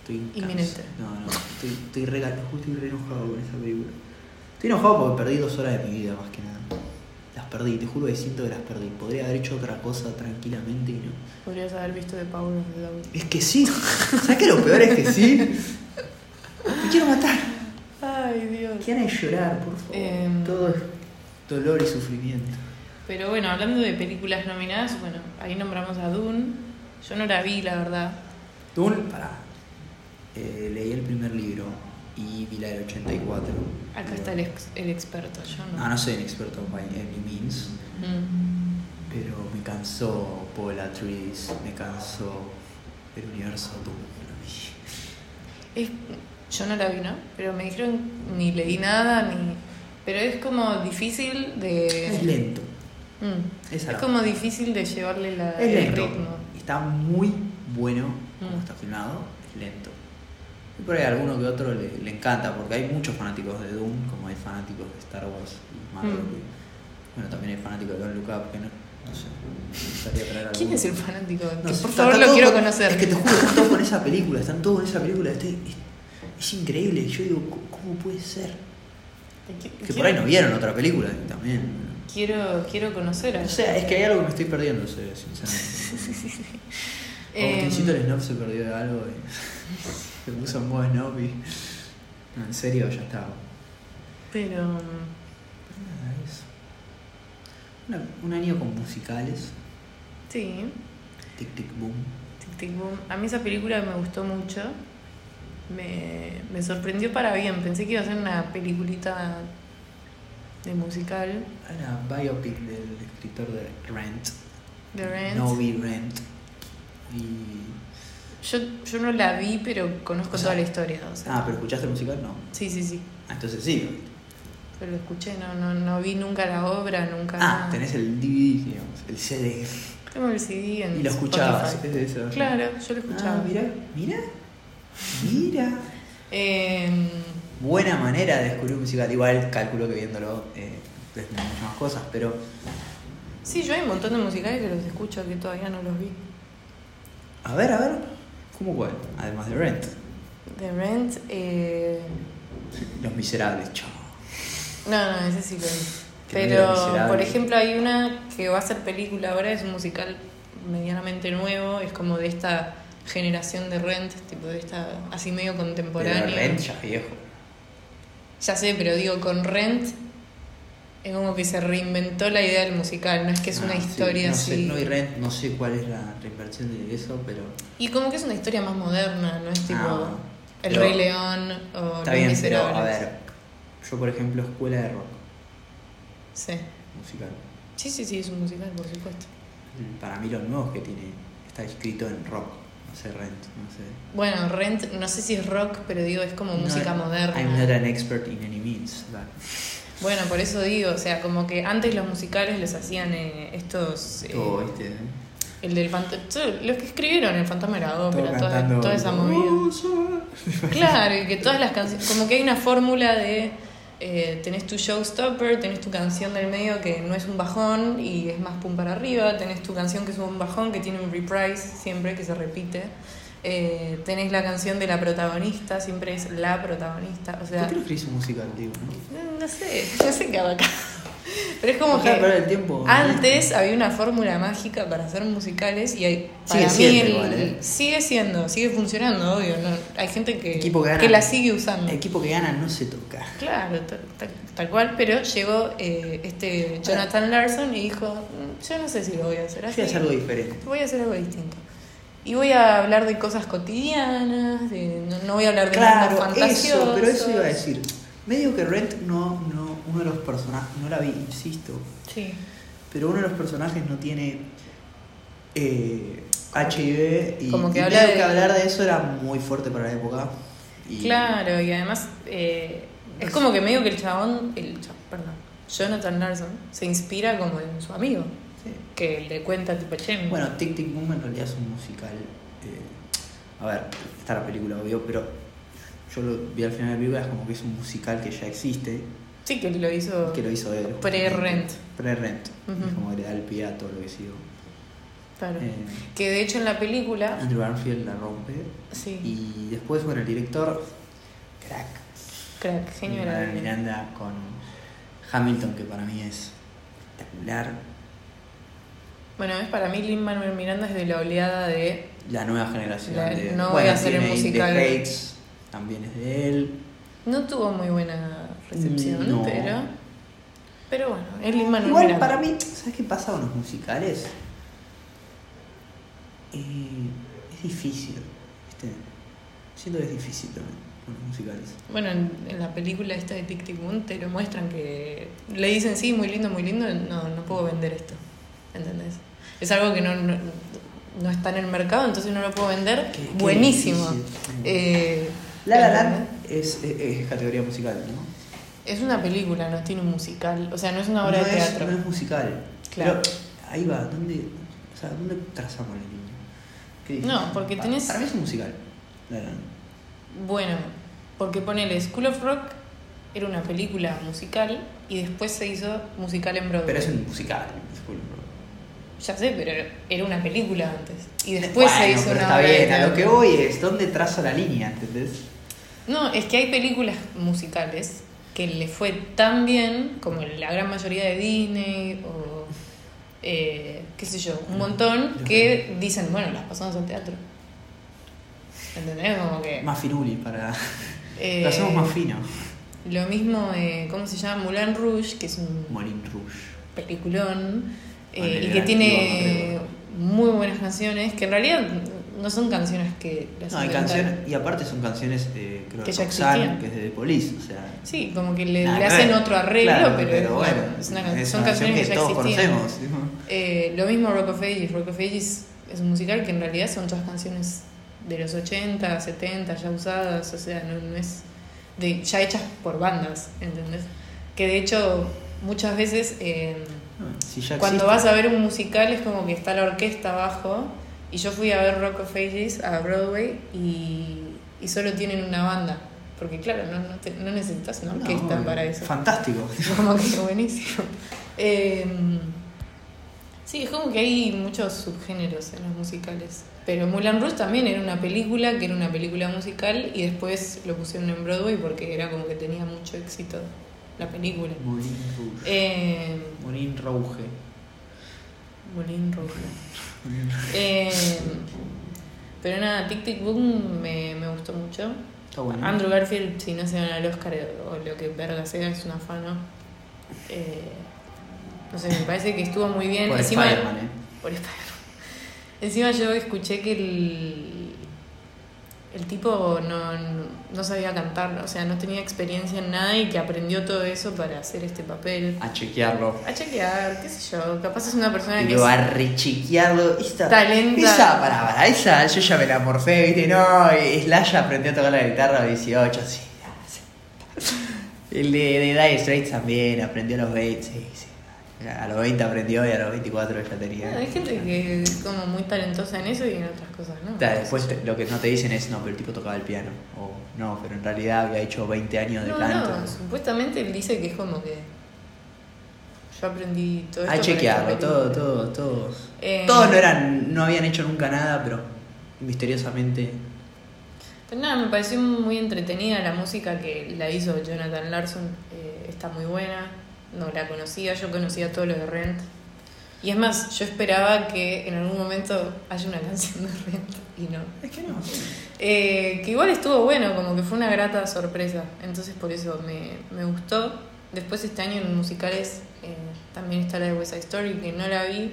Estoy cansa- Inminente. No, no. Estoy, estoy re, justo estoy re enojado con esa película. Estoy enojado porque perdí dos horas de mi vida, más que nada. Las perdí, te juro que siento que las perdí. Podría haber hecho otra cosa tranquilamente y no. Podrías haber visto de Paulo de Dog. Es que sí. ¿Sabes qué lo peor es que sí? Me quiero matar. Ay, Dios. Quiero llorar, por favor. Em. Todo es dolor y sufrimiento. Pero bueno, hablando de películas nominadas, bueno, ahí nombramos a Dune. Yo no la vi, la verdad. Dune, pará. Eh, leí el primer libro y vi la del 84. Acá está el, ex- el experto, yo no. No, no soy un experto by any means, Mm. pero me cansó Paul Atreides, me cansó el universo Dune. lo vi. Es- yo no la vi, ¿no? Pero me dijeron, ni leí nada, ni... Pero es como difícil Es de... lento. Mm. Esa Es no. como difícil de llevarle la, Es el lento. Eh, ritmo. Está muy bueno como Mm. está filmado, es lento. Y por ahí a alguno que otro le, le encanta, porque hay muchos fanáticos de Doom, como hay fanáticos de Star Wars y Marvel. Mm. y- Bueno, también hay fanáticos de Don Look Up, que no, no sé, me gustaría traer a ¿Quién alguno. es el fanático? No, Que sí, está- por favor está lo todo quiero con- conocer. Es que te juro, están todos con esa película, están todos con esa película. este- es, es increíble. Yo digo, "¿Cómo- ¿cómo puede ser? Qui- Que por quiero- ahí no vieron otra película y también. Quiero, quiero conocer a O sea, es que hay algo que me estoy perdiendo, se- *laughs* sinceramente. Augustincito Eh, el Snob se perdió de algo y *laughs* se puso en modo Snob y. No, en serio, ya estaba. Pero. mm, Nada de eso. Una- un año con musicales, Sí. tic tic boom. Tic, tic, boom. A mí esa película me gustó mucho. Me, me sorprendió para bien. Pensé que iba a ser una peliculita de musical. Era biopic del escritor de Rent. De Rent. No vi Rent. Y. Yo, yo no la vi, pero conozco O sea- toda la historia. o sea. Ah, pero escuchaste el musical, no. Sí, sí, sí. Ah, entonces sí. lo viste. Pero lo escuché, no, no, no vi nunca la obra, nunca. Ah, nada. tenés el DVD, digamos, el CD. Tengo el CD en Y lo escuchabas. Spotify. es de eso. Claro, yo lo escuchaba. Ah, mira, mira, mira. Eh, Buena manera de descubrir un musical. Igual calculo que viéndolo eh, ves muchas más cosas, pero sí, yo hay un montón de musicales que los escucho que todavía no los vi. a ver, a ver, ¿cómo cuál? Además de Rent, The Rent, eh... Los Miserables, chao. no, no, ese sí lo vi. Que no era Pero, miserable. por ejemplo, hay una que va a ser película ahora, es un musical medianamente nuevo, es como de esta generación de Rent, tipo de esta, así medio Pero contemporánea. Rent ya es viejo. Ya sé, pero digo, con Rent es como que se reinventó la idea del musical, no es que es Ah, una sí, historia no sé, así. no vi Rent, no sé cuál es la reinversión de eso, pero Y como que es una historia más moderna, no es tipo Ah, El pero- Rey León está o bien. Los Pero Miserables. a ver, yo por ejemplo escuela de rock Sí. musical. sí, sí, sí, es un musical, por supuesto. Mm. Para mí lo nuevo es que tiene está escrito en rock, no sé Rent, no sé. Bueno, Rent, no sé si es rock, pero digo, es como No, música I'm not moderna. an expert in any means. but- Bueno, por eso digo, o sea, como que antes los musicales los hacían eh, estos... eh, Todo, ¿viste? eh? el del fantasma... Los que escribieron El Fantasma de la Ópera, Todo Uh, toda, cantando, toda esa movida. "Loser". Claro, y que todas las canciones, como que hay una fórmula de eh, tenés tu showstopper, tenés tu canción del medio que no es un bajón y es más pum para arriba, tenés tu canción que es un bajón que tiene un reprise siempre que se repite, eh, tenés la canción de la protagonista, siempre es la protagonista, o ¿Por sea, qué no escribís un musical, digo? no? no, no sé, no sé qué hago acá. *laughs* Pero es como Deja de perder que el tiempo. antes había una fórmula mágica para hacer musicales y hay, Sigue para mí siendo el- igual, ¿eh? sigue siendo, sigue funcionando, obvio, no, hay gente que, Equipo que gana. la sigue usando. El equipo que gana no se toca. Claro, ta- ta- tal cual, pero llegó eh, este Jonathan Larson y dijo, "Mm, yo no sé si lo voy a hacer Voy a así. hacer algo diferente. Voy a hacer algo distinto. Y voy a hablar de cosas cotidianas, de- no, no voy a hablar de Claro, mundos fantasiosos. eso, pero eso iba a decir. Medio que Rent no, no, uno de los personajes, no la vi, insisto, Sí, pero uno de los personajes no tiene eh, HIV y, Como que y habla medio de- que hablar de eso era muy fuerte para la época. Y claro, y además eh, es como que medio que el chabón, el cha- perdón, Jonathan Larson se inspira como en su amigo, sí. que le cuenta tipo, che, Bueno, Tic Tic Boom en realidad es un musical. eh, a ver, está la película, obvio, pero yo lo vi al final de la película, es como que es un musical que ya existe, sí que lo hizo... que lo hizo él. Pre-Rent. Pre-Rent. Ujú. Es como que le da el pie a todo lo que sigo. claro. Eh, Que de hecho en la película... Andrew Garfield la rompe. Sí, Ah, Y después, bueno, el director, crack. crack, genio de la Manuel vida. Miranda con Hamilton, que para mí es espectacular. Bueno, es para mí Lin Manuel Miranda es de la oleada de. La nueva generación La- de. no voy bueno, a hacer el tiene In the musical. Heights, también es de él. No tuvo muy buena recepción, Mm, No. pero. Pero bueno, es Lin Manuel Igual Miranda. para mí, ¿sabes qué pasa con los musicales? Eh, es difícil, ¿viste? Siento que es difícil también con los musicales. Bueno, en, en la película esta de Tic Tic Boom te lo muestran que. Le dicen, sí, muy lindo, muy lindo, no, no puedo vender esto. ¿Entendés? Es algo que no, no, no está en el mercado, entonces no lo puedo vender. Qué- qué Buenísimo. difícil. Eh, La La ¿entendés? Land es, es- es categoría musical, ¿no? Es una película, no tiene un musical. O sea, no es una obra no de es, teatro. No es musical. Claro. Pero ahí va, ¿dónde, o sea, ¿dónde trazamos la línea? ¿Qué dices? No, porque Pa- tenés- Para mí es un musical. La La Land. Bueno, porque ponele School of Rock era una película musical y después se hizo musical en Broadway. Pero es un musical. disculpa. Ya sé, pero era una película antes. Y después se Bueno, hizo pero una está obra de bien, a lo teatro. que voy es, ¿dónde trazo la línea? ¿Entendés? No, es que hay películas musicales que le fue tan bien como la gran mayoría de Disney o eh, qué sé yo, un montón Los que dicen, bueno, las pasamos al teatro. ¿Entendés? Como que... Más finuli para... eh, Lo hacemos más fino. Lo mismo, eh, ¿cómo se llama? Moulin Rouge, que es un Moulin Rouge. peliculón eh, Vale, y era que antiguo, tiene no muy buenas canciones, que en realidad no son canciones que las No, hay inventaron. canciones, y aparte son canciones, eh, creo Que que ya Roxanne, existían. que es de The Police, o sea... Sí, como que le, nada le que hacen ver. otro arreglo, Claro, pero, pero bueno, es una can- es son una canción canciones que, que ya todos existían. conocemos. ¿no? Eh, lo mismo Rock of Ages. Rock of Ages es un musical que en realidad son todas canciones de los 80, 70, ya usadas, o sea, no, no es. De, ya hechas por bandas, ¿entendés? Que de hecho, muchas veces. eh, No, si ya cuando existe. vas a ver un musical es como que está la orquesta abajo y yo fui a ver Rock of Ages a Broadway y, y solo tienen una banda porque claro no, no, te- no necesitas una No, orquesta obvio. para eso Fantástico. *laughs* como que buenísimo Eh, sí es como que hay muchos subgéneros en los musicales pero Moulin Rouge también era una película que era una película musical y después lo pusieron en Broadway porque era como que tenía mucho éxito la película Moulin Rouge. eh, Moulin Rouge. Bolín rojo. Eh, pero nada, Tic Tic Boom me, me gustó mucho. Está bueno. Andrew Garfield, si no se gana el Oscar o lo que verga sea, es un afano. Eh, no sé, me parece que estuvo muy bien. Por Encima, Spider-Man, ¿eh? por Spider-Man. Encima yo escuché que el, el tipo no, no sabía cantar, o sea, no tenía experiencia en nada y que aprendió todo eso para hacer este papel. A chequearlo. A chequear, qué sé yo, capaz es una persona que Pero es- a rechequearlo. Esta, Talenta. Esa, para, para, esa yo ya me la morfé, viste, no. y Slash aprendió a tocar la guitarra a los 18, sí. ah, sí. El de, de Dire Straits también aprendió a los 20, sí, sí. A los 20 aprendió y a los 24 ya tenía. Ah, Hay gente que es como muy talentosa en eso y en otras cosas, ¿no? Ta, después te- lo que no te dicen es, no, pero el tipo tocaba el piano. O no, pero en realidad había hecho 20 años de No, canto. no, supuestamente él dice que es como que yo aprendí todo esto. a para Ah, chequearlo, esta todo, película. todo, todos. Eh, Todos no eran, no habían hecho nunca nada, pero misteriosamente. Pero nada, me pareció muy entretenida la música que la hizo Jonathan Larson, eh, está muy buena, no la conocía, yo conocía todo lo de Rent. Y es más, yo esperaba que en algún momento haya una canción de Rent y no. Es que no. Eh, que igual estuvo bueno, como que fue una grata sorpresa. Entonces por eso me, me gustó. Después este año en musicales eh, también está la de West Side Story, que no la vi.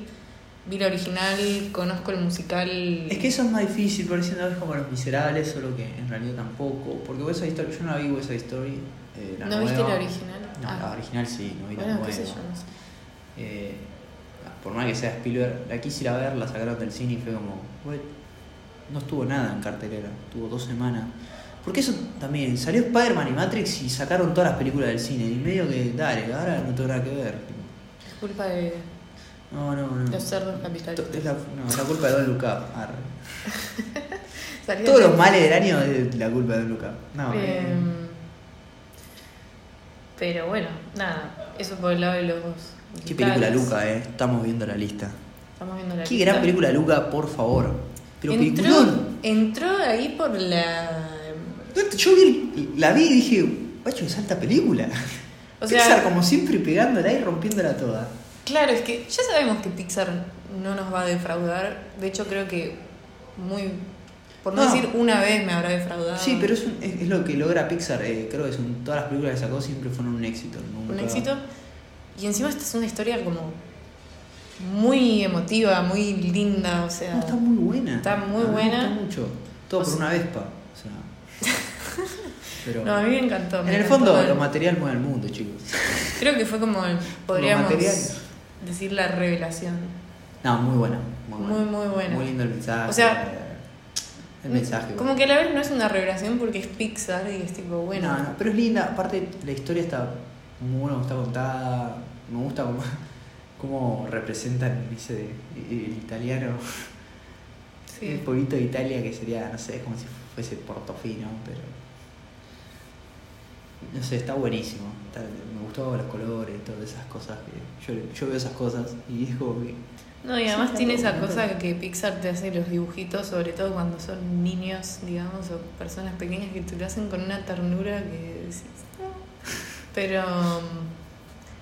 Vi la original, conozco el musical. Es que eso es más difícil, por no es como Los Miserables, solo que en realidad tampoco. Porque West Side Story, yo no la vi West Side Story. eh, la ¿No nueva. viste la original? No, Ah. la original sí, no vi la Bueno, nueva. qué sé yo, no sé. Eh, por más que sea Spielberg, la quise ir a ver, la sacaron del cine y fue como, "What?". no estuvo nada en cartelera, estuvo dos semanas. Porque eso también, salió Spider-Man y Matrix y sacaron todas las películas del cine, y medio que, dale, ahora no tengo nada que ver. Es culpa de No, no, no. los cerdos To- capitalistas. Es la, no, la culpa de Don Luca. arre. Salía Todos yo- los males del año es la culpa de Don Luca. No, Eh, eh, pero bueno, nada, eso por el lado de los. qué película musicales. Luca, eh. Estamos viendo la lista. Estamos viendo la Qué lista. gran película Luca, por favor. Pero peliculón. entró, entró ahí por la Yo vi- la vi y dije, guacho, es alta película. *laughs* O sea- Pixar como siempre pegándola y rompiéndola toda. Claro, es que ya sabemos que Pixar no nos va a defraudar. De hecho, creo que muy. Por no, No. decir una vez me habrá defraudado. Sí, pero es, un- es- es lo que logra Pixar. eh, creo que son, todas las películas que sacó siempre fueron un éxito. nunca- Un éxito. Y encima esta es una historia como. Muy emotiva, muy linda, o sea. No, está muy buena. Está muy A mí me buena. gusta mucho. Todo O por sea- una vespa. O *laughs* sea. Pero. No, a mí me encantó. me en el encantó fondo, el- lo material mueve el mundo, chicos. Creo que fue como. Podríamos material. decir la revelación. No, muy buena. Muy, buena. Muy, muy buena. Muy lindo el mensaje. O sea, El mensaje. Como que a la vez no es una revelación porque es Pixar y es tipo, bueno. No, no, pero es linda. Aparte, la historia está muy buena, está contada. Me gusta como *laughs* cómo representan ese el italiano, Sí. el pueblito de Italia que sería, no sé, como si fuese Portofino, pero no sé, está buenísimo. está- me gustó los colores, todas esas cosas que yo, yo veo esas cosas y es como que No, y Sí, además está tiene esa bueno. cosa que Pixar te hace los dibujitos, sobre todo cuando son niños, digamos, o personas pequeñas que te lo hacen con una ternura que decís. *laughs* "No". Pero um,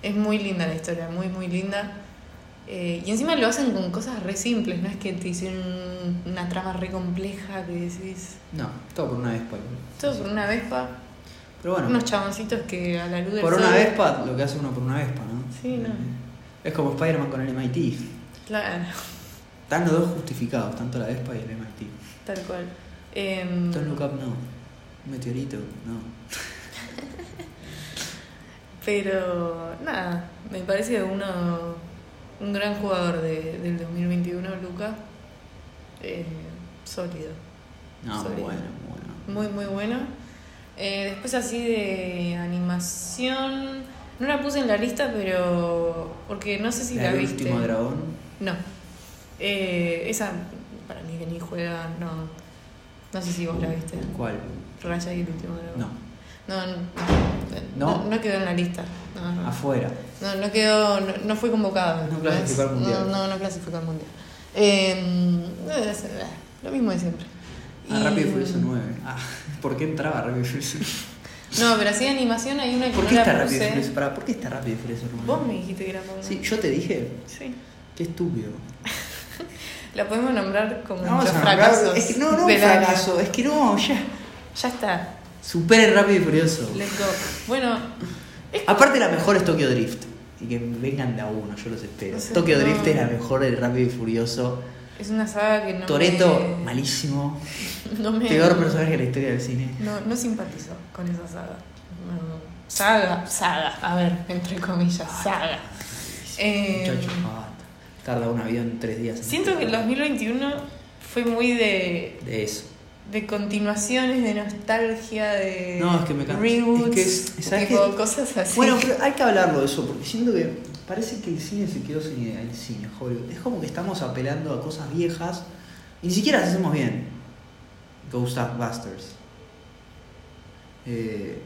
es muy linda la historia, muy, muy linda. Eh, y encima lo hacen con cosas re simples, no es que te hicieron un- una trama re compleja que decís. no, todo por una vespa. Todo por una vespa, Pero bueno, unos chaboncitos que a la luz del por una sol- vespa lo que hace uno por una vespa, ¿no? Eh, Sí, no. Es como Spider-Man con el MIT. Claro, *laughs* Están los dos justificados, tanto la Vespa y el MIT. tal cual. Em, Don't Look Up no. Meteorito, no. Pero nada, me parece uno, un gran jugador de- del 2021, Luca. Eh, sólido, No, Sorry. bueno, bueno. muy muy bueno. Eh, después así de animación, no la puse en la lista, pero porque no sé si la, el viste. último dragón. No, Eh, esa para mí que ni juega, no, no sé si vos la viste. ¿Cuál? Raya y el último dragón. No. No, no, ¿No? Ah, no, no quedó en la lista. No, no. Afuera. No, no quedó, no, no fue convocado. No clasificó al Mundial. No, no, no clasificó al mundial. Eh, no, es, eh, lo mismo de siempre. Ah, Y- Rápido y Furioso 9. Ah, *laughs* ¿por qué entraba Rápido y Furioso? *laughs* No, pero así de animación hay una que ¿Por no qué la está Rápido y puse. Furioso? Pará, ¿por qué está Rápido y Furioso 9? Vos me dijiste que era Pablo. Sí, yo te dije. Sí. Qué estúpido. La podemos nombrar como No, los vamos a nombrar- fracasos. Es que no, no, del un año. fracaso. Es que no, ya. Ya está. Supere Rápido y Furioso. Let's go. Bueno, Aparte la mejor es Tokyo Drift. Y que vengan de a uno, yo los espero. No sé, Tokyo no. Drift es la mejor de Rápido y Furioso. es una saga que no Toreto, me... malísimo. *laughs* No me... Peor personaje de la historia del cine. No, no simpatizo con esa saga. No. Saga, saga. A ver, entre comillas, saga. Eh, Muchacho, basta. Tarda una vida en tres días. en Siento que el 2021 fue muy de, De eso. de continuaciones, de nostalgia, de No, es que me cansa. reboots, Es que es- ¿sabes tipo qué? cosas así. Bueno, pero hay que hablarlo de eso, porque siento que parece que el cine se quedó sin idea. El cine, Hollywood. Es como que estamos apelando a cosas viejas y ni siquiera las hacemos bien. Ghostbusters. Eh,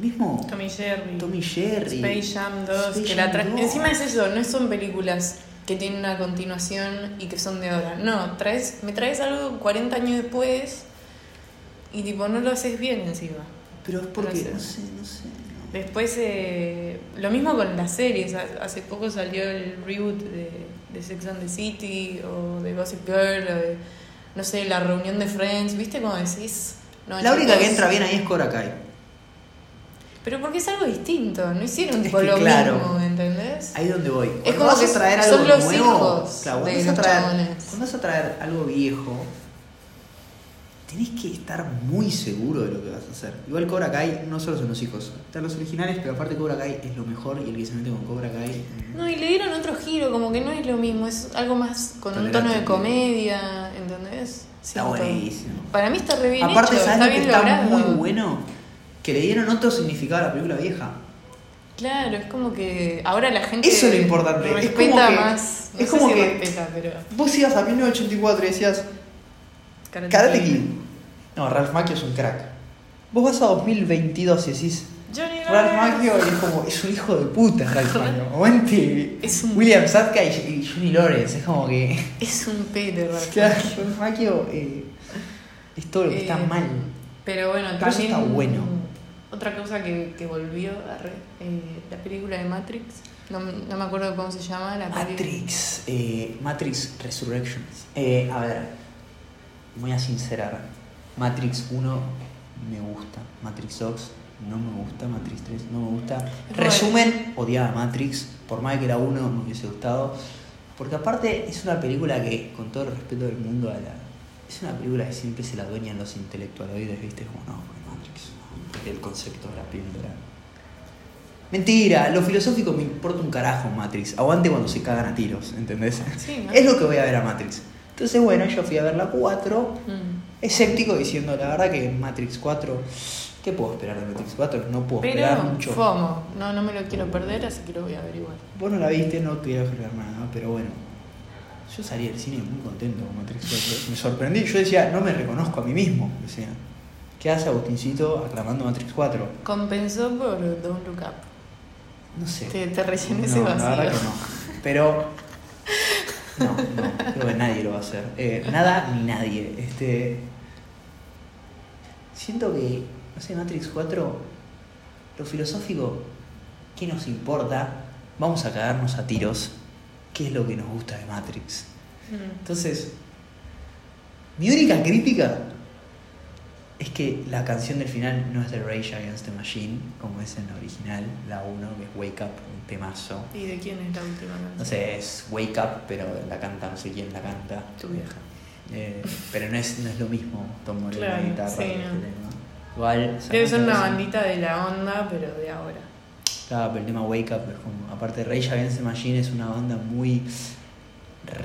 mismo Tommy Jerry, Tommy Jerry. Space Jam 2, Space que la Jam tra- 2. Encima es eso, no son películas que tienen una continuación y que son de ahora. No, traes, me traes algo 40 años después y tipo no lo haces bien encima. Pero es porque. Gracias. No sé, no sé. no. Después, eh, lo mismo con las series. Ha- Hace poco salió el reboot de, de Sex and the City o de Gossip Girl o de, no sé, la reunión de Friends. ¿Viste cómo decís? No, La única que chicos. entra bien ahí es Cobra Kai. Pero porque es algo distinto. No *laughs* hicieron Es tipo que lo claro. mismo, ¿entendés? Ahí es donde voy. Cuando como vas que a traer son algo los nuevo, hijos claro, cuando, vas de a los traer, chabones. cuando vas a traer algo viejo, tenés que estar muy seguro de lo que vas a hacer. Igual Cobra Kai no solo son los hijos, están los originales, pero aparte Cobra Kai es lo mejor y el que se mete con Cobra Kai. mm. No, y le dieron otro giro, como que no es lo mismo. Es algo más con un Tolerante. tono de comedia, ¿entendés? Está Siento. buenísimo. Para mí está re bien Aparte, hecho, ¿sabes está lo que bien está logrado. muy bueno? Que le dieron otro significado a la película vieja. Claro, es como que ahora la gente. Eso es lo importante, es Respeta como que- más. No es sé como si que- respeta, pero. Vos ibas a 1984 y decías, Karate Kid. No, Ralph Macchio es un crack. Vos vas a 2022 y decís, Johnny Ralph Lawrence. Macchio es como, es un hijo de puta Ralph Macchio. Aguante. Es un- William Sadka y, y Johnny Lawrence, es como que. *laughs* *laughs* Es un pete, Ralph Claro, Macchio. Ralph Macchio eh, es todo lo que está Eh, mal. Pero bueno, Pero eso también. está bueno. Otra cosa que, que volvió a re- eh, la película de Matrix. No, no me acuerdo cómo se llama la peli. Matrix, eh, Matrix Resurrections. Eh, a ver, voy a sincerar. Matrix 1 me gusta, Matrix 2 no me gusta, Matrix 3 no me gusta. Es Resumen, odiaba Matrix, por más que era 1 me hubiese gustado. Porque aparte es una película que, con todo el respeto del mundo, a la- es una película que siempre se la adueñan los intelectualoides, ¿viste? Como, no, porque Matrix, no, el concepto de la píldora. Mentira, lo filosófico me importa un carajo en Matrix. Aguante cuando se cagan a tiros, ¿entendés? Sí, ¿no? Es lo que voy a ver a Matrix. Entonces, bueno, yo fui a ver la 4, Mm. escéptico diciendo la verdad que en Matrix 4 ¿Qué puedo esperar de Netflix Battle? No puedo Pero esperar mucho. FOMO, no, no me lo quiero perder, así que lo voy a averiguar. Vos no la viste, no te voy a esperar nada, pero bueno. Yo salí del cine muy contento con Matrix 4. Me sorprendí, yo decía, no me reconozco a mí mismo. O sea, ¿qué hace Agustincito aclamando Matrix 4? Compensó por Don't Look Up. No sé. Te, te No, rellené ese la vacío. verdad que no. Pero. No, no, creo que nadie lo va a hacer. Eh, nada ni nadie. Este. Siento que. No sé, Matrix 4. Lo filosófico. ¿Qué nos importa? Vamos a cagarnos a tiros. ¿Qué es lo que nos gusta de Matrix? Mm. Entonces. Mi única crítica. Es que la canción del final no es de Rage Against the Machine, como es en la original, la 1, que es Wake Up, un temazo. ¿Y de quién es la última canción? No sé, es Wake Up, pero la canta, no sé quién la canta. Tu vieja. Eh, pero no es, no es lo mismo Tom Morello en Claro, la guitarra sí, que este no. tema. Igual. o sea, Debe me ser una parece- bandita de la onda, pero de ahora. Claro, pero el tema Wake Up es como. Aparte, Rage Against the Machine es una banda muy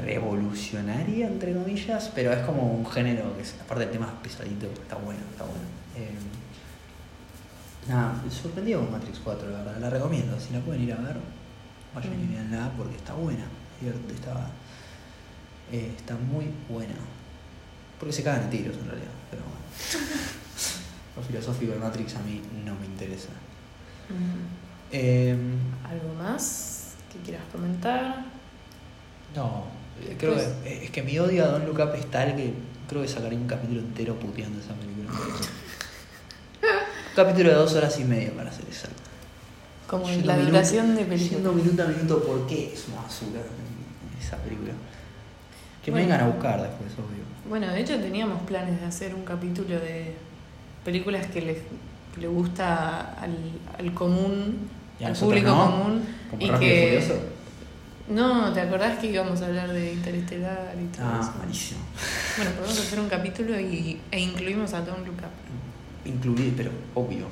revolucionaria, entre comillas, pero es como un género que, es, aparte, el tema es pesadito, está bueno, está bueno. Eh, nada, me sorprendió con Matrix 4, la verdad, la recomiendo. Si la pueden ir a ver, vayan y Mm. veanla porque está buena, divierte- está, eh, está muy buena. Porque se cagan a tiros en realidad, pero bueno. Lo filosófico de Matrix a mí no me interesa. Mm. Em, ¿Algo más que quieras comentar? No, eh, creo Pues- que es que mi odio a Don Look Up es tal que creo que sacaré un capítulo entero puteando esa *laughs* película. un capítulo de dos horas y media para ser exacto. Como Yendo la minuto- duración de Yendo película. minuto a minuto por qué es una basura esa película. Que Bueno. me vengan a buscar después, obvio. Bueno, de hecho teníamos planes de hacer un capítulo de películas que les- que le gusta al, al común, Y a al nosotros público no, común. como y Rápido y que... Furioso. No, ¿te acordás que íbamos a hablar de Interestelar y todo Ah, Pues eso? malísimo. Bueno, podemos hacer un capítulo y, e incluimos a Don Look Up. Incluir, pero obvio.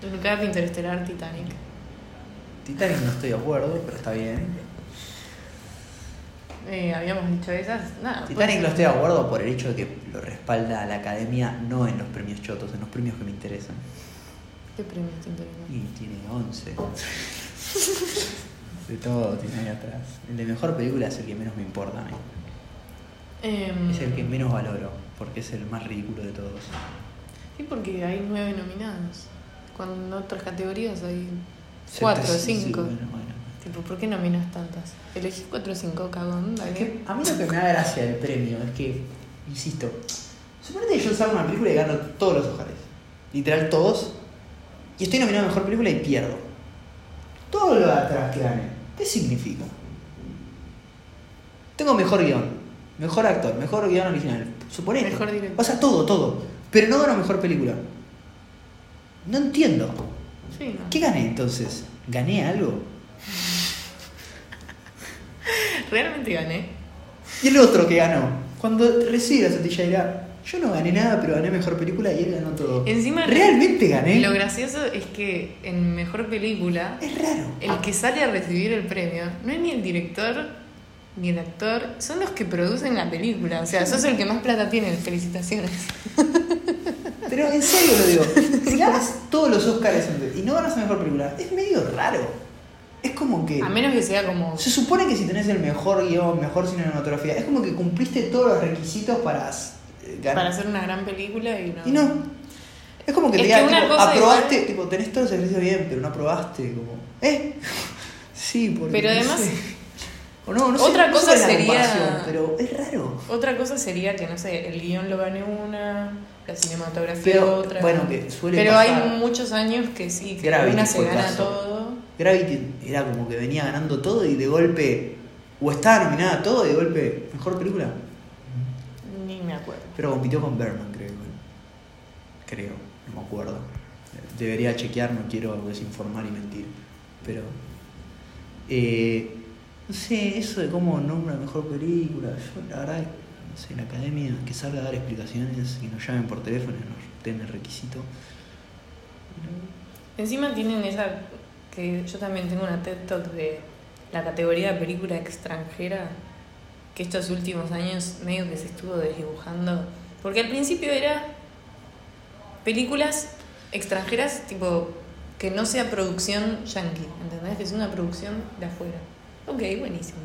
Don't Look Up, Interestelar, Titanic. Titanic no estoy de acuerdo, pero está bien. Eh, habíamos dicho esas, nada. puede Titanic ser. no estoy de acuerdo por el hecho de que lo respalda a la academia, no en los premios chotos, en los premios que me interesan. ¿Qué premio te interesa? Y tiene 11. De todo tiene ahí atrás. El de mejor película es el que menos me importa a mí. Em, Es el que menos valoro, porque es el más ridículo de todos. Sí, porque hay nueve nominados. Cuando en otras categorías hay cuatro, Sí, cinco. bueno, bueno. Tipo, ¿por qué nominas tantas? Elegí cuatro o cinco, cagón, dale. Es que a mí lo que me da gracia del premio es que, insisto, suponete que yo salgo una película y gano todos los Oscars. Literal todos. Y estoy nominado a mejor película y pierdo. Todo lo de atrás que gane. ¿Qué significa? Tengo mejor guión, mejor actor, mejor guión original. Suponete. Mejor director. O sea, todo, todo. Pero no gano mejor película. No entiendo. Sí, no. ¿Qué gané entonces? ¿Gané algo? Realmente gané. Y el otro que ganó, cuando recibe la sotilla dirá, yo no gané nada, pero gané mejor película y él ganó todo. Encima- ¿Realmente gané? Lo gracioso es que en Mejor Película, Es raro. el que sale a recibir el premio no es ni el director ni el actor, son los que producen la película. O sea, sos el que más plata tiene, felicitaciones. Pero en serio lo digo, *laughs* si ganas todos los Oscars y no ganas la mejor película, es medio raro. Es como que... A menos que sea como... Se supone que si tenés el mejor guión, mejor cinematografía, es como que cumpliste todos los requisitos para eh, ganar. Para hacer una gran película y no... Y no. Es como que Es te que digan, una tipo, cosa aprobaste, igual- tipo, tenés todos los ejercicios bien, pero no aprobaste, como, ¿eh? *laughs* sí, porque. Pero no además- sé. O no, no sé, Otra no cosa sé la sería- comparación, Pero es raro. Otra cosa sería que, no sé, el guión lo gane una, la cinematografía Pero, otra. bueno, que suele Pero pasar. hay muchos años que sí, que Gravity una se fue gana caso. todo. Gravity era como que venía ganando todo y de golpe. O estaba nominada a todo y de golpe. Mejor película. Ni me acuerdo. Pero compitió con Berman, creo. igual. Creo, no me acuerdo. Debería chequear, no quiero desinformar y mentir. Pero. eh, no sé, eso de cómo nombra la mejor película. Yo, la verdad, no sé, la academia que salga a dar explicaciones y nos llamen por teléfono y nos den el requisito. Encima tienen esa. que yo también tengo una TED Talk de la categoría de película extranjera, que estos últimos años medio que se estuvo desdibujando. Porque al principio era películas extranjeras, tipo, que no sea producción yankee, ¿entendés? Que es una producción de afuera. Ok, buenísimo.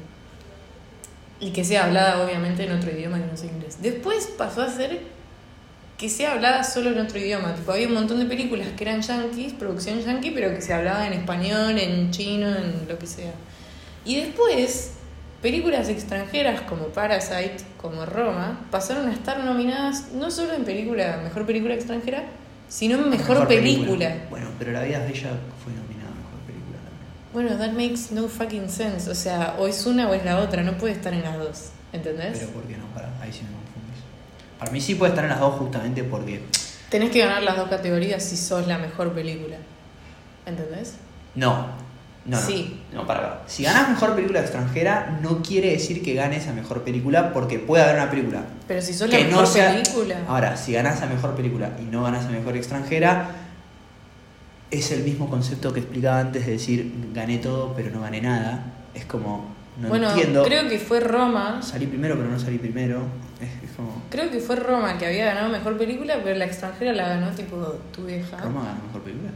Y que sea hablada, obviamente, en otro idioma que no sea inglés. Después pasó a ser que sea hablada solo en otro idioma. Tipo, había un montón de películas que eran yankees, producción yankee, pero que se hablaba en español, en chino, en lo que sea. Y después, películas extranjeras como Parasite, como Roma, pasaron a estar nominadas no solo en película, mejor película extranjera, sino en mejor, película. Bueno, pero La vida es bella fue nominada a mejor película también. Bueno, that makes no fucking sense. O sea, o es una o es la otra, no puede estar en las dos. ¿Entendés? Pero ¿por qué no? Para, ahí sí me confundís. Para mí sí puede estar en las dos justamente porque Tenés que ganar las dos categorías si sos la mejor película. ¿Entendés? No. No, no. Sí. No, para, para. Si ganas mejor película extranjera, no quiere decir que ganes a mejor película porque puede haber una película Pero si sos la que mejor no sea. Ah, película. Ahora, si ganas a mejor película y no ganas a mejor extranjera, es el mismo concepto que explicaba antes de decir gané todo pero no gané nada. Es como, no bueno, entiendo. creo que fue Roma. Salí primero pero no salí primero. Es, es como. Creo que fue Roma que había ganado mejor película, pero la extranjera la ganó tipo tu vieja. ¿Roma ganó mejor película?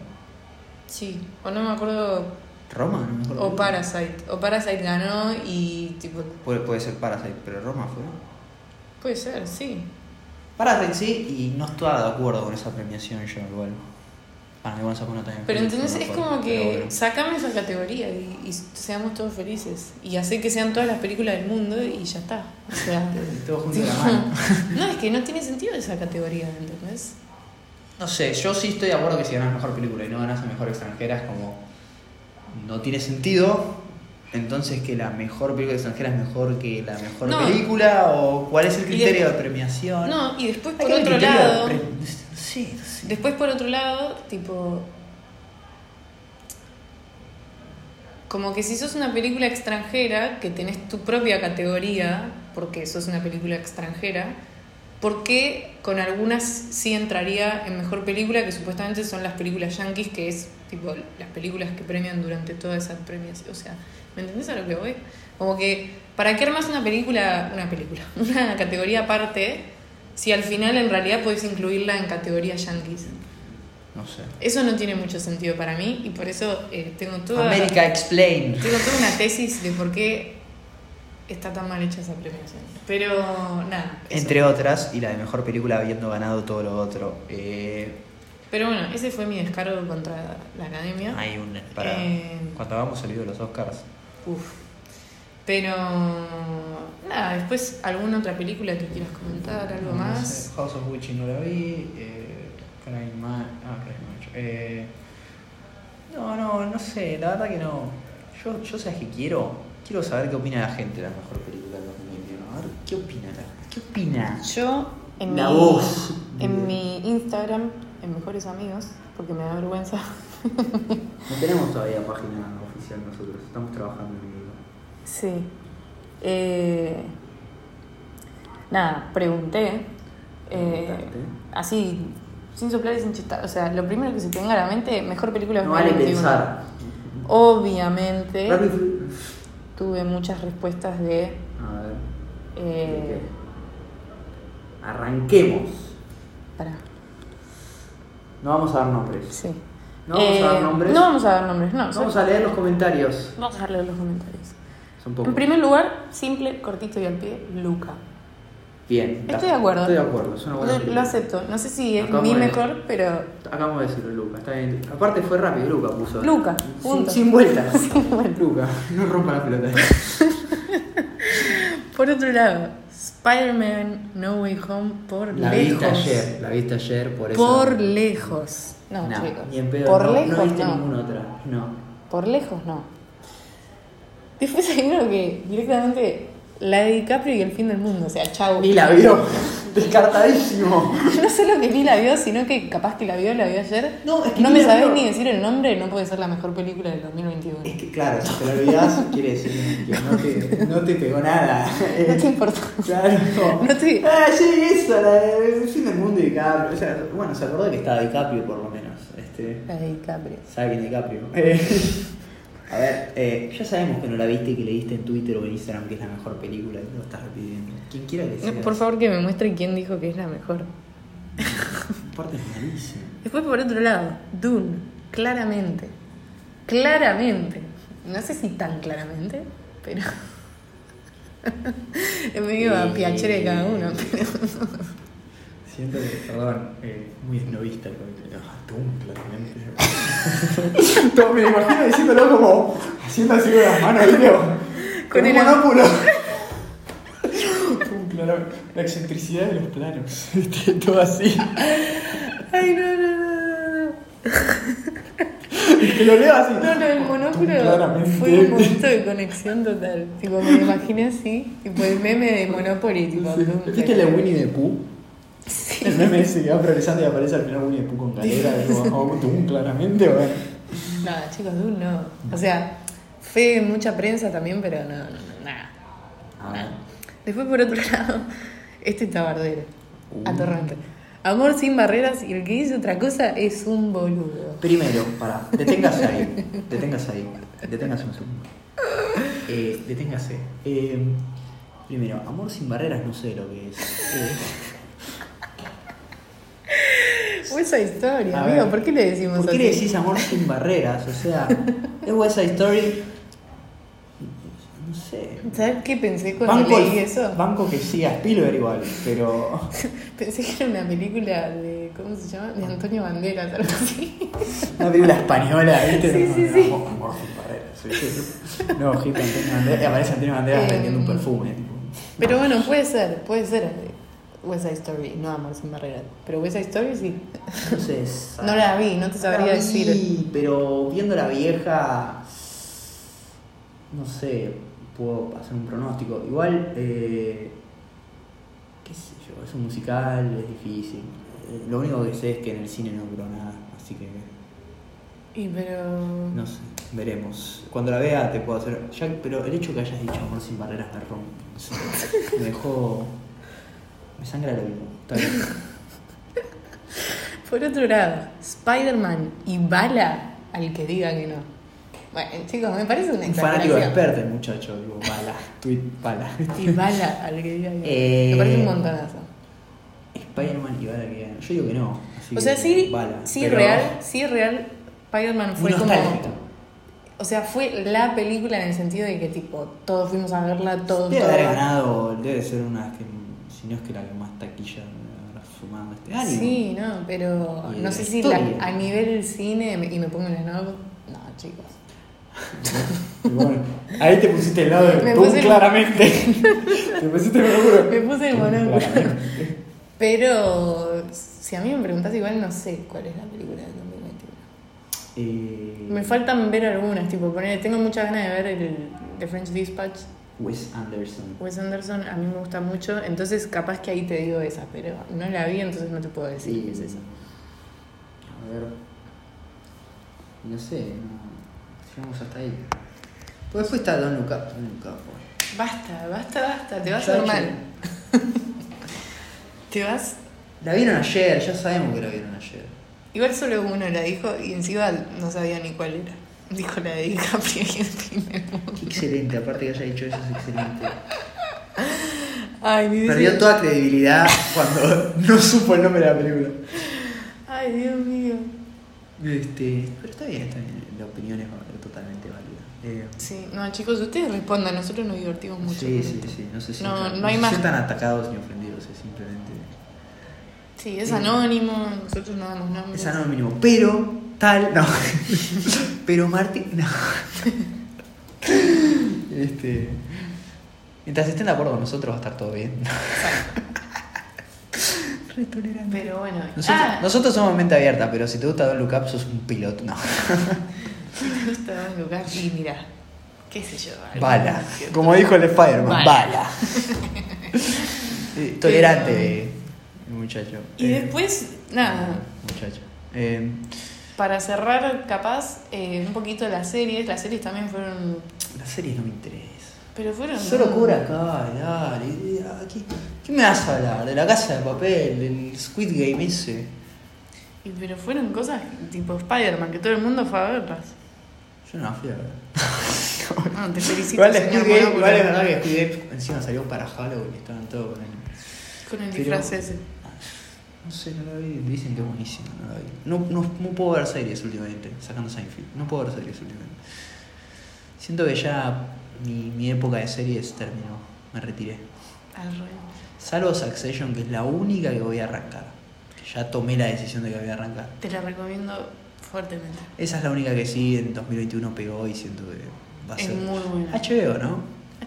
Sí, o no me acuerdo. ¿Roma ganó mejor película? O Parasite. O Parasite ganó y tipo. Puede, puede ser Parasite, pero Roma fue. Puede ser, sí. Parasite sí, y no estaba de acuerdo con esa premiación yo igual. Para mí Once Upon a Time. in Pero Hollywood entonces fue es mejor, como pero que bueno. sacame esa categoría y, y seamos todos felices. Y hacer que sean todas las películas del mundo y ya está. *laughs* O sea, Todo junto de la mano. *laughs* no, es que no tiene sentido esa categoría, ¿entendés? No sé, yo sí estoy de acuerdo que si ganas mejor película y no ganas a mejor extranjera es como. No tiene sentido. Entonces, que la mejor película extranjera es mejor que la mejor No. película, o cuál es el Y criterio de premiación. No, y después Hay por que ver el otro criterio de lado. pre- Sí, sí. Después, por otro lado, tipo. Como que si sos una película extranjera, que tenés tu propia categoría, porque sos una película extranjera, ¿por qué con algunas sí entraría en mejor película, que supuestamente son las películas yankees, que es tipo las películas que premian durante toda esa premiación? O sea, ¿me entendés a lo que voy? Como que, ¿para qué armas una película, una película, *laughs* una categoría aparte, si al final en realidad podés incluirla en categoría yankees? No sé. Eso no tiene mucho sentido para mí y por eso eh, tengo toda América Explain. tengo toda una tesis de por qué está tan mal hecha esa premiación. Pero nada. eso. Entre otras, y la de mejor película habiendo ganado todo lo otro. Eh, Pero bueno, ese fue mi descargo contra la academia. hay un. Para, Eh. Cuando habíamos salido de los Oscars. Uf. Pero nada, después alguna otra película que quieras comentar, algo No más. sé, House of Gucci no la vi. Eh, Crying Ma- Ah, Crying Macho. Eh, no, no, no sé. La verdad que no. Yo, yo sabes que quiero. Quiero saber qué opina la gente de la mejor película del 2021. A ver, ¿qué opina la ¿Qué opina? Yo en La mi, voz. en mi Instagram, en Mejores Amigos, porque me da vergüenza. *laughs* No tenemos todavía página oficial nosotros. Estamos trabajando en ello. Sí. Eh, nada, pregunté. eh, Preguntaste. así, sin soplar y sin chistar. O sea, lo primero que se tenga a la mente, mejor película de 2021. Obviamente, Rápido. tuve muchas respuestas de. A ver. eh, Arranquemos. pará, No vamos a dar nombres. sí. Eh, No vamos a dar nombres. No vamos a dar nombres, no. Vamos a leer los comentarios. vamos a leer los comentarios. Son En pocos. primer lugar, simple, cortito y al pie, Luca. Bien. está. Estoy de acuerdo. Estoy de acuerdo. Es una buena Lo, lo película. acepto. No sé si es Ah, Acá mi pone- mejor, pero Acabamos de decirlo, Luca. Está bien. Aparte fue rápido, Luca puso. Luca, Sin, punto. sin vueltas. *laughs* Sin vueltas. Luca, *laughs* no rompa la pelota. Por otro lado, Spider-Man No Way Home por La lejos. viste ayer. La viste ayer, por eso. Por lejos. No, No, chicos. ni en pedo. por no, lejos no no. viste ninguna otra. No. Por lejos no. Después hay uno que directamente la de DiCaprio y el fin del mundo. O sea, chau. Ni la vio. Descartadísimo. *laughs* No solo que ni la vio, sino que capaz que la vio, la vio ayer. No, es que no ni me la sabés vio. ni decir el nombre, no puede ser la mejor película del 2021. Es que claro, si te lo olvidás, *laughs* quiere decir que no te, no te pegó nada. *laughs* No te importa. Claro. *laughs* No te- *laughs* Ah, sí, eso, la de el fin del mundo de DiCaprio. O sea, bueno, se acordó que estaba DiCaprio por lo menos. Este, La de DiCaprio. sabe quién es DiCaprio. Eh, *laughs* a ver, eh, ya sabemos que no la viste y que le diste en Twitter o en Instagram que es la mejor película y lo estás repitiendo. Quien quiera que sea. No, por favor que me muestre quién dijo que es la mejor. Aparte es malísimo. Después por otro lado, Dune, claramente. Claramente. No sé si tan claramente, pero. *laughs* es medio a piachere cada Eh, uno, *laughs* pero. Siento que, perdón, eh, muy esnovista el comentario. Ah, tú, claramente. *laughs* Todo- me imagino diciéndolo como haciendo así con las manos, ¿viste? Con un el- *laughs* monóculo. *laughs* Tú, claro, la excentricidad de los planos. *laughs* ¿viste? Todo así. Ay, no, no, no, no, no. *laughs* Y que lo leo así. No, no, el monóculo Claramente. fue un punto de conexión total. Tipo, me lo imaginé así, tipo el meme de Monopoly, tipo. Dune, Sí. ¿Viste la Winnie the Pooh? El meme ese que va progresando y aparece al final Winnie the Pooh con galera. Digo, oh, tú, claramente, bueno. No, chicos, Dune no. O sea, fue mucha prensa también, pero no, no, no, nada. Ah, Después, por otro *laughs* lado, este tabardero, Uh. atorrante. Amor sin barreras y el que dice otra cosa es un boludo. Primero, pará, deténgase ahí. Deténgase ahí. Deténgase un segundo. Eh, deténgase. Eh, primero, amor sin barreras no sé lo que es. Eh, O esa historia, A amigo, ver. ¿por qué le decimos ¿Por qué así? le decís amor sin barreras? O sea, es West Side Story. No sé. ¿Sabes qué pensé cuando Banco, Pues leí eso? banco que siga Spielberg igual, pero. Pensé que era una película de. ¿Cómo se llama? Ah. De Antonio Banderas, algo así. *laughs* Una película española, ¿viste? Sí, no, sí, no, sí. amor- amor sin barreras, sí, sí. No, hit Antonio Banderas. Y aparece Antonio Banderas Eh, vendiendo un perfume. tipo. Pero bueno, puede ser, puede ser. West Side Story, no Amor sin barreras. Pero West Side Story sí. No sé. es- No la vi, no te sabría Ah, la vi, decir. Pero viendo la vieja. No sé, puedo hacer un pronóstico. Igual, eh, qué sé yo, es un musical, es difícil. Eh, Lo único que sé es que en el cine no duró nada, así que Y pero. no sé, veremos. Cuando la vea te puedo hacer. Ya, pero el hecho que hayas dicho amor sin barreras me rompe. no sé. me dejó. Me sangra el oído. Está *laughs* bien. Por otro lado, Spider-Man y Bala al que diga que no. Bueno, chicos, me parece una Un fanático exageración. experto, el muchacho, digo, pala, tweet, pala. Y Bala al que diga que no. Eh. Me parece un montonazo. Spider-Man y Bala que ganó. Yo digo que no. así O sea, que sí, Bala, sí pero real, sí real, Spider-Man Muy fue como... nostálgica. O sea, fue la película en el sentido de que, tipo, todos fuimos a verla, todos... Debe todos. haber ganado, debe ser una que, si no es que la que más taquilla habrá sumado este año. Sí, no, pero Y no la sé si la- historia. a nivel cine me- y me pongo en el no, no, chicos. Y bueno, ahí te pusiste el lado de Me tú, puse el- *laughs* claramente. te pusiste el lado Me de puse el monóculo. Pero si a mí me preguntás igual no sé cuál es la película del 2021. Eh, Me faltan ver algunas, tipo, poner, tengo muchas ganas de ver el The French Dispatch, Wes Anderson. Wes Anderson, a mí me gusta mucho, entonces capaz que ahí te digo esa, pero no la vi, entonces no te puedo decir Sí, qué es esa. A ver. No sé, no. Llegamos hasta ahí. Pues después está Don Luca. Don Luca fue. Basta, basta, basta, te vas Ya, a hacer ya. mal. Te vas La vieron ayer, ya sabemos que la vieron ayer. Igual solo uno la dijo y encima no sabía ni cuál era. Dijo la de *laughs* DiCaprio y el primero. Qué excelente, aparte que haya dicho eso es excelente. Ay, Dios Perdió mío. toda credibilidad cuando *laughs* no supo el nombre de la película. Ay, Dios mío. Este, pero está bien, está bien. La opinión es va- totalmente válida. Eh, Sí, no, chicos, ustedes respondan. Nosotros nos divertimos mucho. sí, con sí, esto. sí. No se No, sientan, no hay se más. sientan atacados ni ofendidos, es simplemente. Sí, es anónimo. Nosotros no damos nombres. Es anónimo mínimo. Pero, tal, no. *laughs* pero Martín, no. *laughs* este. Mientras estén de acuerdo con nosotros va a estar todo bien. *laughs* Re tolerante. Pero bueno. Nosotros, ah, nosotros somos mente abierta, pero si te gusta Don Look Up, sos un piloto. No. *laughs* te gusta Don lugar. Y mira, qué sé yo. algo Bala. que- Como dijo el Spider-Man, Bala. bala. *laughs* Eh, Tolerante, eh, muchacho. Y Eh, después, nada. Muchacho. Eh, Para cerrar, capaz, eh, un poquito las series. Las series también fueron. las series no me interesan. Pero fueron. Solo cura acá, dale. eh, aquí. ¿Qué me vas a hablar? ¿De la casa de papel? ¿Del Squid Game ese? Y pero fueron cosas tipo Spider-Man, que todo el mundo fue a verlas. Yo no la fui a ver. *laughs* Ah, te felicito, Igual, Squid señor Game- Monóculo. igual es verdad que Squid Game encima salió para Halloween y estaban todos con él. Con el Pero- disfraz ese. No sé, no la vi. Dicen que es buenísima, no la vi. No, no, no puedo ver series últimamente, sacando Seinfeld. No puedo ver series últimamente. Siento que ya mi, mi época de series terminó. Me retiré. Al revés. Salvo Succession, que es la única que voy a arrancar. Que ya tomé la decisión de que voy a arrancar. Te la recomiendo fuertemente. Esa es la única que sí en 2021 pegó y siento que va a Es ser. muy buena. HBO, ¿no? HBO. Y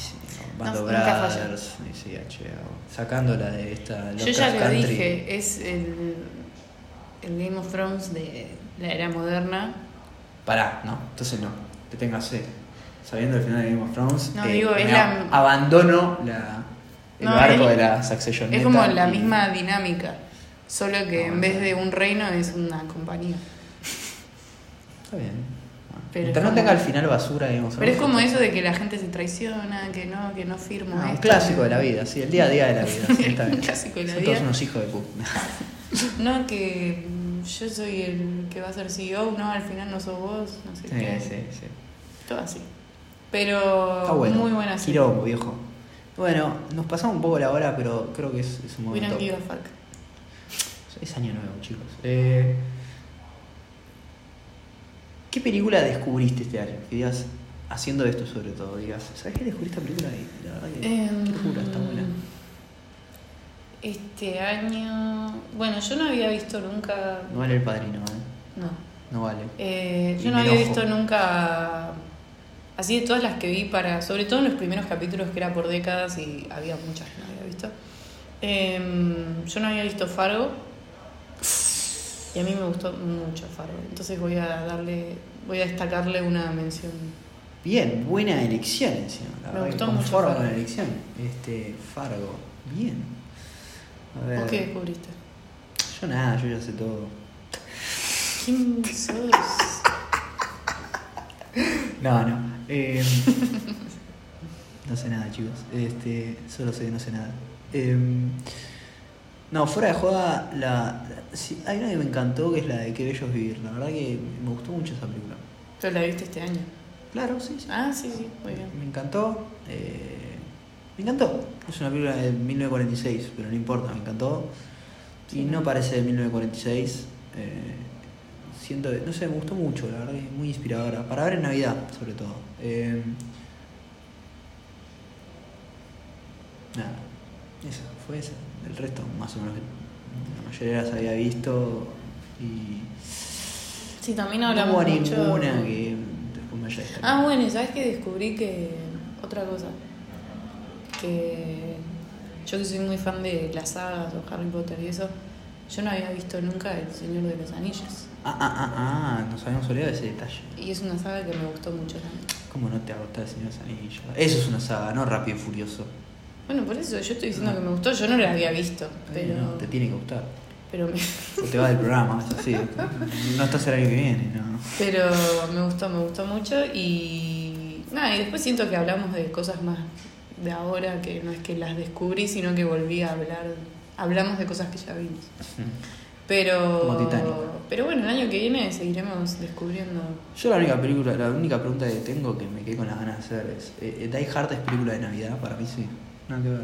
sí, No, Band of nunca falla. Brothers, y sí, HBO. Sacándola de esta. Yo ya Lovecraft lo Country. dije, es el, el Game of Thrones de la era moderna. Pará, no, entonces no. Te tengas sed. Sabiendo el final de Game of Thrones, eh, No, digo, me es la- ab- abandono la, el No, barco de es- la Succession. Es como neta la y- misma dinámica, solo que en vez de un reino es una compañía. Está bien. Bueno, Pero mientras es no como- tenga el final basura de Game of Pero Thrones. es como eso de que la gente se traiciona, que no, que no firmo No, un esto. clásico de la vida, sí, el día a día de la vida. *laughs* sí, está bien. Un clásico de la Son vida. todos unos hijos de *laughs* puta. No, que mm, yo soy el que va a ser CEO, no, al final no sos vos, no sé Sí, qué. sí, sí. Todo así. Pero Está bueno. muy buena serie. Quilombo, viejo. Bueno, nos pasamos un poco la hora, pero creo que es, es un We momento. don't give a fuck. Es año nuevo, chicos. Eh, ¿Qué película descubriste este año? Que digas, haciendo esto sobre todo, digas, ¿sabes qué descubrí esta película? Y la verdad que, Em, qué locura, está buena. Este año. Bueno, yo no había visto nunca. No vale el padrino, ¿eh? No. No vale. Eh, Y yo no me había enojo. visto nunca. Así de todas las que vi para. Sobre todo en los primeros capítulos que era por décadas y había muchas que no había visto. Em, yo no había visto Fargo. Y a mí me gustó mucho Fargo. Entonces voy a darle. Voy a destacarle una mención. Bien, buena elección encima. La Me verdad que gustó conformo con mucho la Fargo. elección. Este, Fargo. Bien. A ver. ¿Vos qué descubriste? Yo nada, yo ya sé todo. ¿Quién sos? No, no. eh, *laughs* no sé nada, chicos. Este, solo sé que no sé nada. Eh, no, fuera de joda, la, la- sí, hay una que me encantó que es la de Qué Bello es Vivir. La verdad que me gustó mucho esa película. Pero la viste este año. Claro, sí, sí. Ah, sí, sí, muy bien. Me encantó. eh, me encantó. Es una película de 1946, pero no importa, me encantó. Y no parece de 1946. eh, siento, que- no sé, me gustó mucho, la verdad que es muy inspiradora. Para ver en Navidad, sobre todo. Eh, nada, esa, fue esa. El resto, más o menos, la mayoría las había visto. Y Sí, también hablamos hubo mucho. ninguna que después me haya destacado. Ah, bueno, y ¿sabes que Descubrí que. Otra cosa. Que. Yo que soy muy fan de las sagas o Harry Potter y eso, yo no había visto nunca El Señor de los Anillos. Ah, ah, ah, ah, nos habíamos olvidado de ese detalle. Y es una saga que me gustó mucho también. ¿Cómo no te agotás, señor Sanillo? Eso es una saga, no Rápido y Furioso. Bueno, por eso yo estoy diciendo que me gustó, yo no la había visto, pero. Eh, Ah. no, te tiene que gustar. pero, me, *laughs* O te va del programa, es así. No estás el año que viene, no. pero me gustó, me gustó mucho y. Nada, y después siento que hablamos de cosas más de ahora, que no es que las descubrí, sino que volví a hablar. Hablamos de cosas que ya vimos. Mm. Pero. Como Titanic. Pero bueno, el año que viene seguiremos descubriendo. Yo la única película, la única pregunta que tengo que me quedé con las ganas de hacer es. eh, eh, Die Hard es película de Navidad, para mí sí. Nada que ver.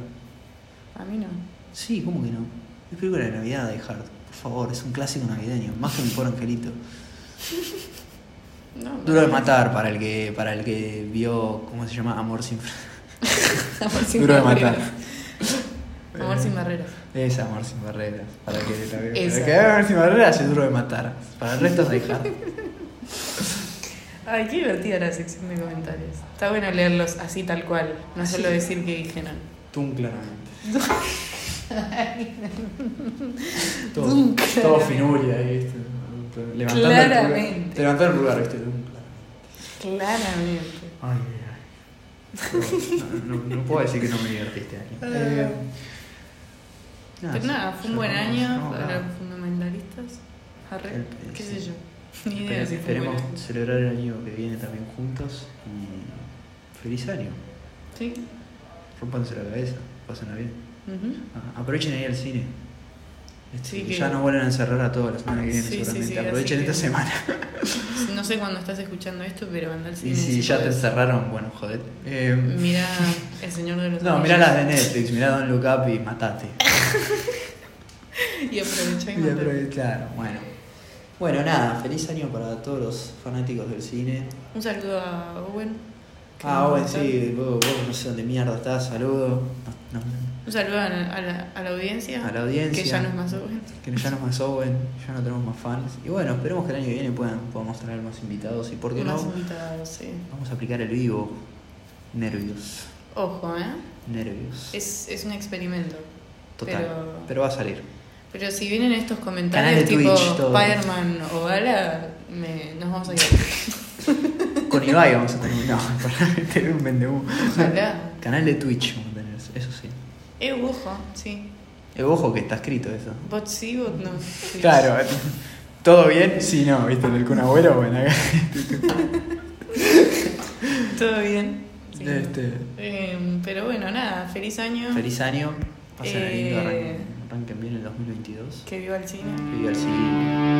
A mí no. Sí, ¿cómo que no? Es película de Navidad, Die Hard. Por favor, es un clásico navideño, más que mi pobre angelito. No, Duro de matar para el que, para el que vio, ¿cómo se llama? Amor sin fr- *laughs* Amor sin Duro de barreras. matar. Amor sin barreras. Es Amor sin barreras. Para el que la vea. Esa. Para el que vea Amor sin barreras es duro de matar. Para el resto es Die *laughs* Hard. Ay, qué divertida la sección de comentarios. Está bueno leerlos así tal cual, no solo decir que dijeron. Tum, claramente. Todo, Dun, Todo claramente. finuria ahí, ¿viste? Levantando el Claramente. pulgar. Te levantó el pulgar, ¿viste? Tum, claramente. Claramente. Ay, ay, ay. No, no- no puedo decir que no me divertí este año. Eh, Pero nada, fue un Ah, yo buen no- año no, para nada. los fundamentalistas. Arre, El- qué sí. sé yo. Ni Espere- idea si fue esperemos bueno. celebrar el año que viene también juntos. Y feliz año. Sí. Rompanse la cabeza, pásenla bien. ujú. Ah, Aprovechen ahí el cine. Este, Sí, que que- ya no vuelven a encerrar a todos la semana que viene, Sí, sí, seguramente. sí, así Aprovechen que- esta *laughs* semana. No sé cuándo estás escuchando esto, pero anda al cine. Y si ya te podés. encerraron, bueno, joder. Eh, Mirá El Señor de los no, Anillos. *laughs* mirá las de Netflix, mirá Don Look Up y matate. Y aprovechó y Y mandó. aprove- claro, bueno. Bueno, nada, feliz año para todos los fanáticos del cine. Un saludo a Owen. que Ah, nos bueno, gusta. sí, vos, vos no sé dónde mierda estás, saludo. No, no, Un saludo a la, a la- a la audiencia. A la audiencia. Eh, Que ya no es más Owen. que ya no es más Owen, ya no tenemos más fans. Y bueno, esperemos que el año que viene puedan, podamos traer más invitados y por qué Más no, invitados, sí. vamos a aplicar el vivo. Nervios, Ojo, ¿eh? nervios. Es, es un experimento. Total, pero- pero va a salir. Pero si vienen estos Canal comentarios de tipo Twitch, todo. Spider-Man o Gala, me- nos vamos *laughs* a ir. Con Ibai vamos a tener, *laughs* no, para tener un *laughs* vendehú. Ojalá. Canal de Twitch vamos a tener, eso sí. Eh, ojo, sí. Eh, Ojo que está escrito eso. eh, Bot sí, bot no. Sí. Claro, todo bien, sí, no, viste, el Kun Agüero, bueno, *laughs* acá. *laughs* Todo bien. Sí. Este, Eh, pero bueno, nada, feliz año. Feliz año, pasen Eh. lindo, arranquen, arranquen bien el 2022. Que viva el cine. Que viva el cine.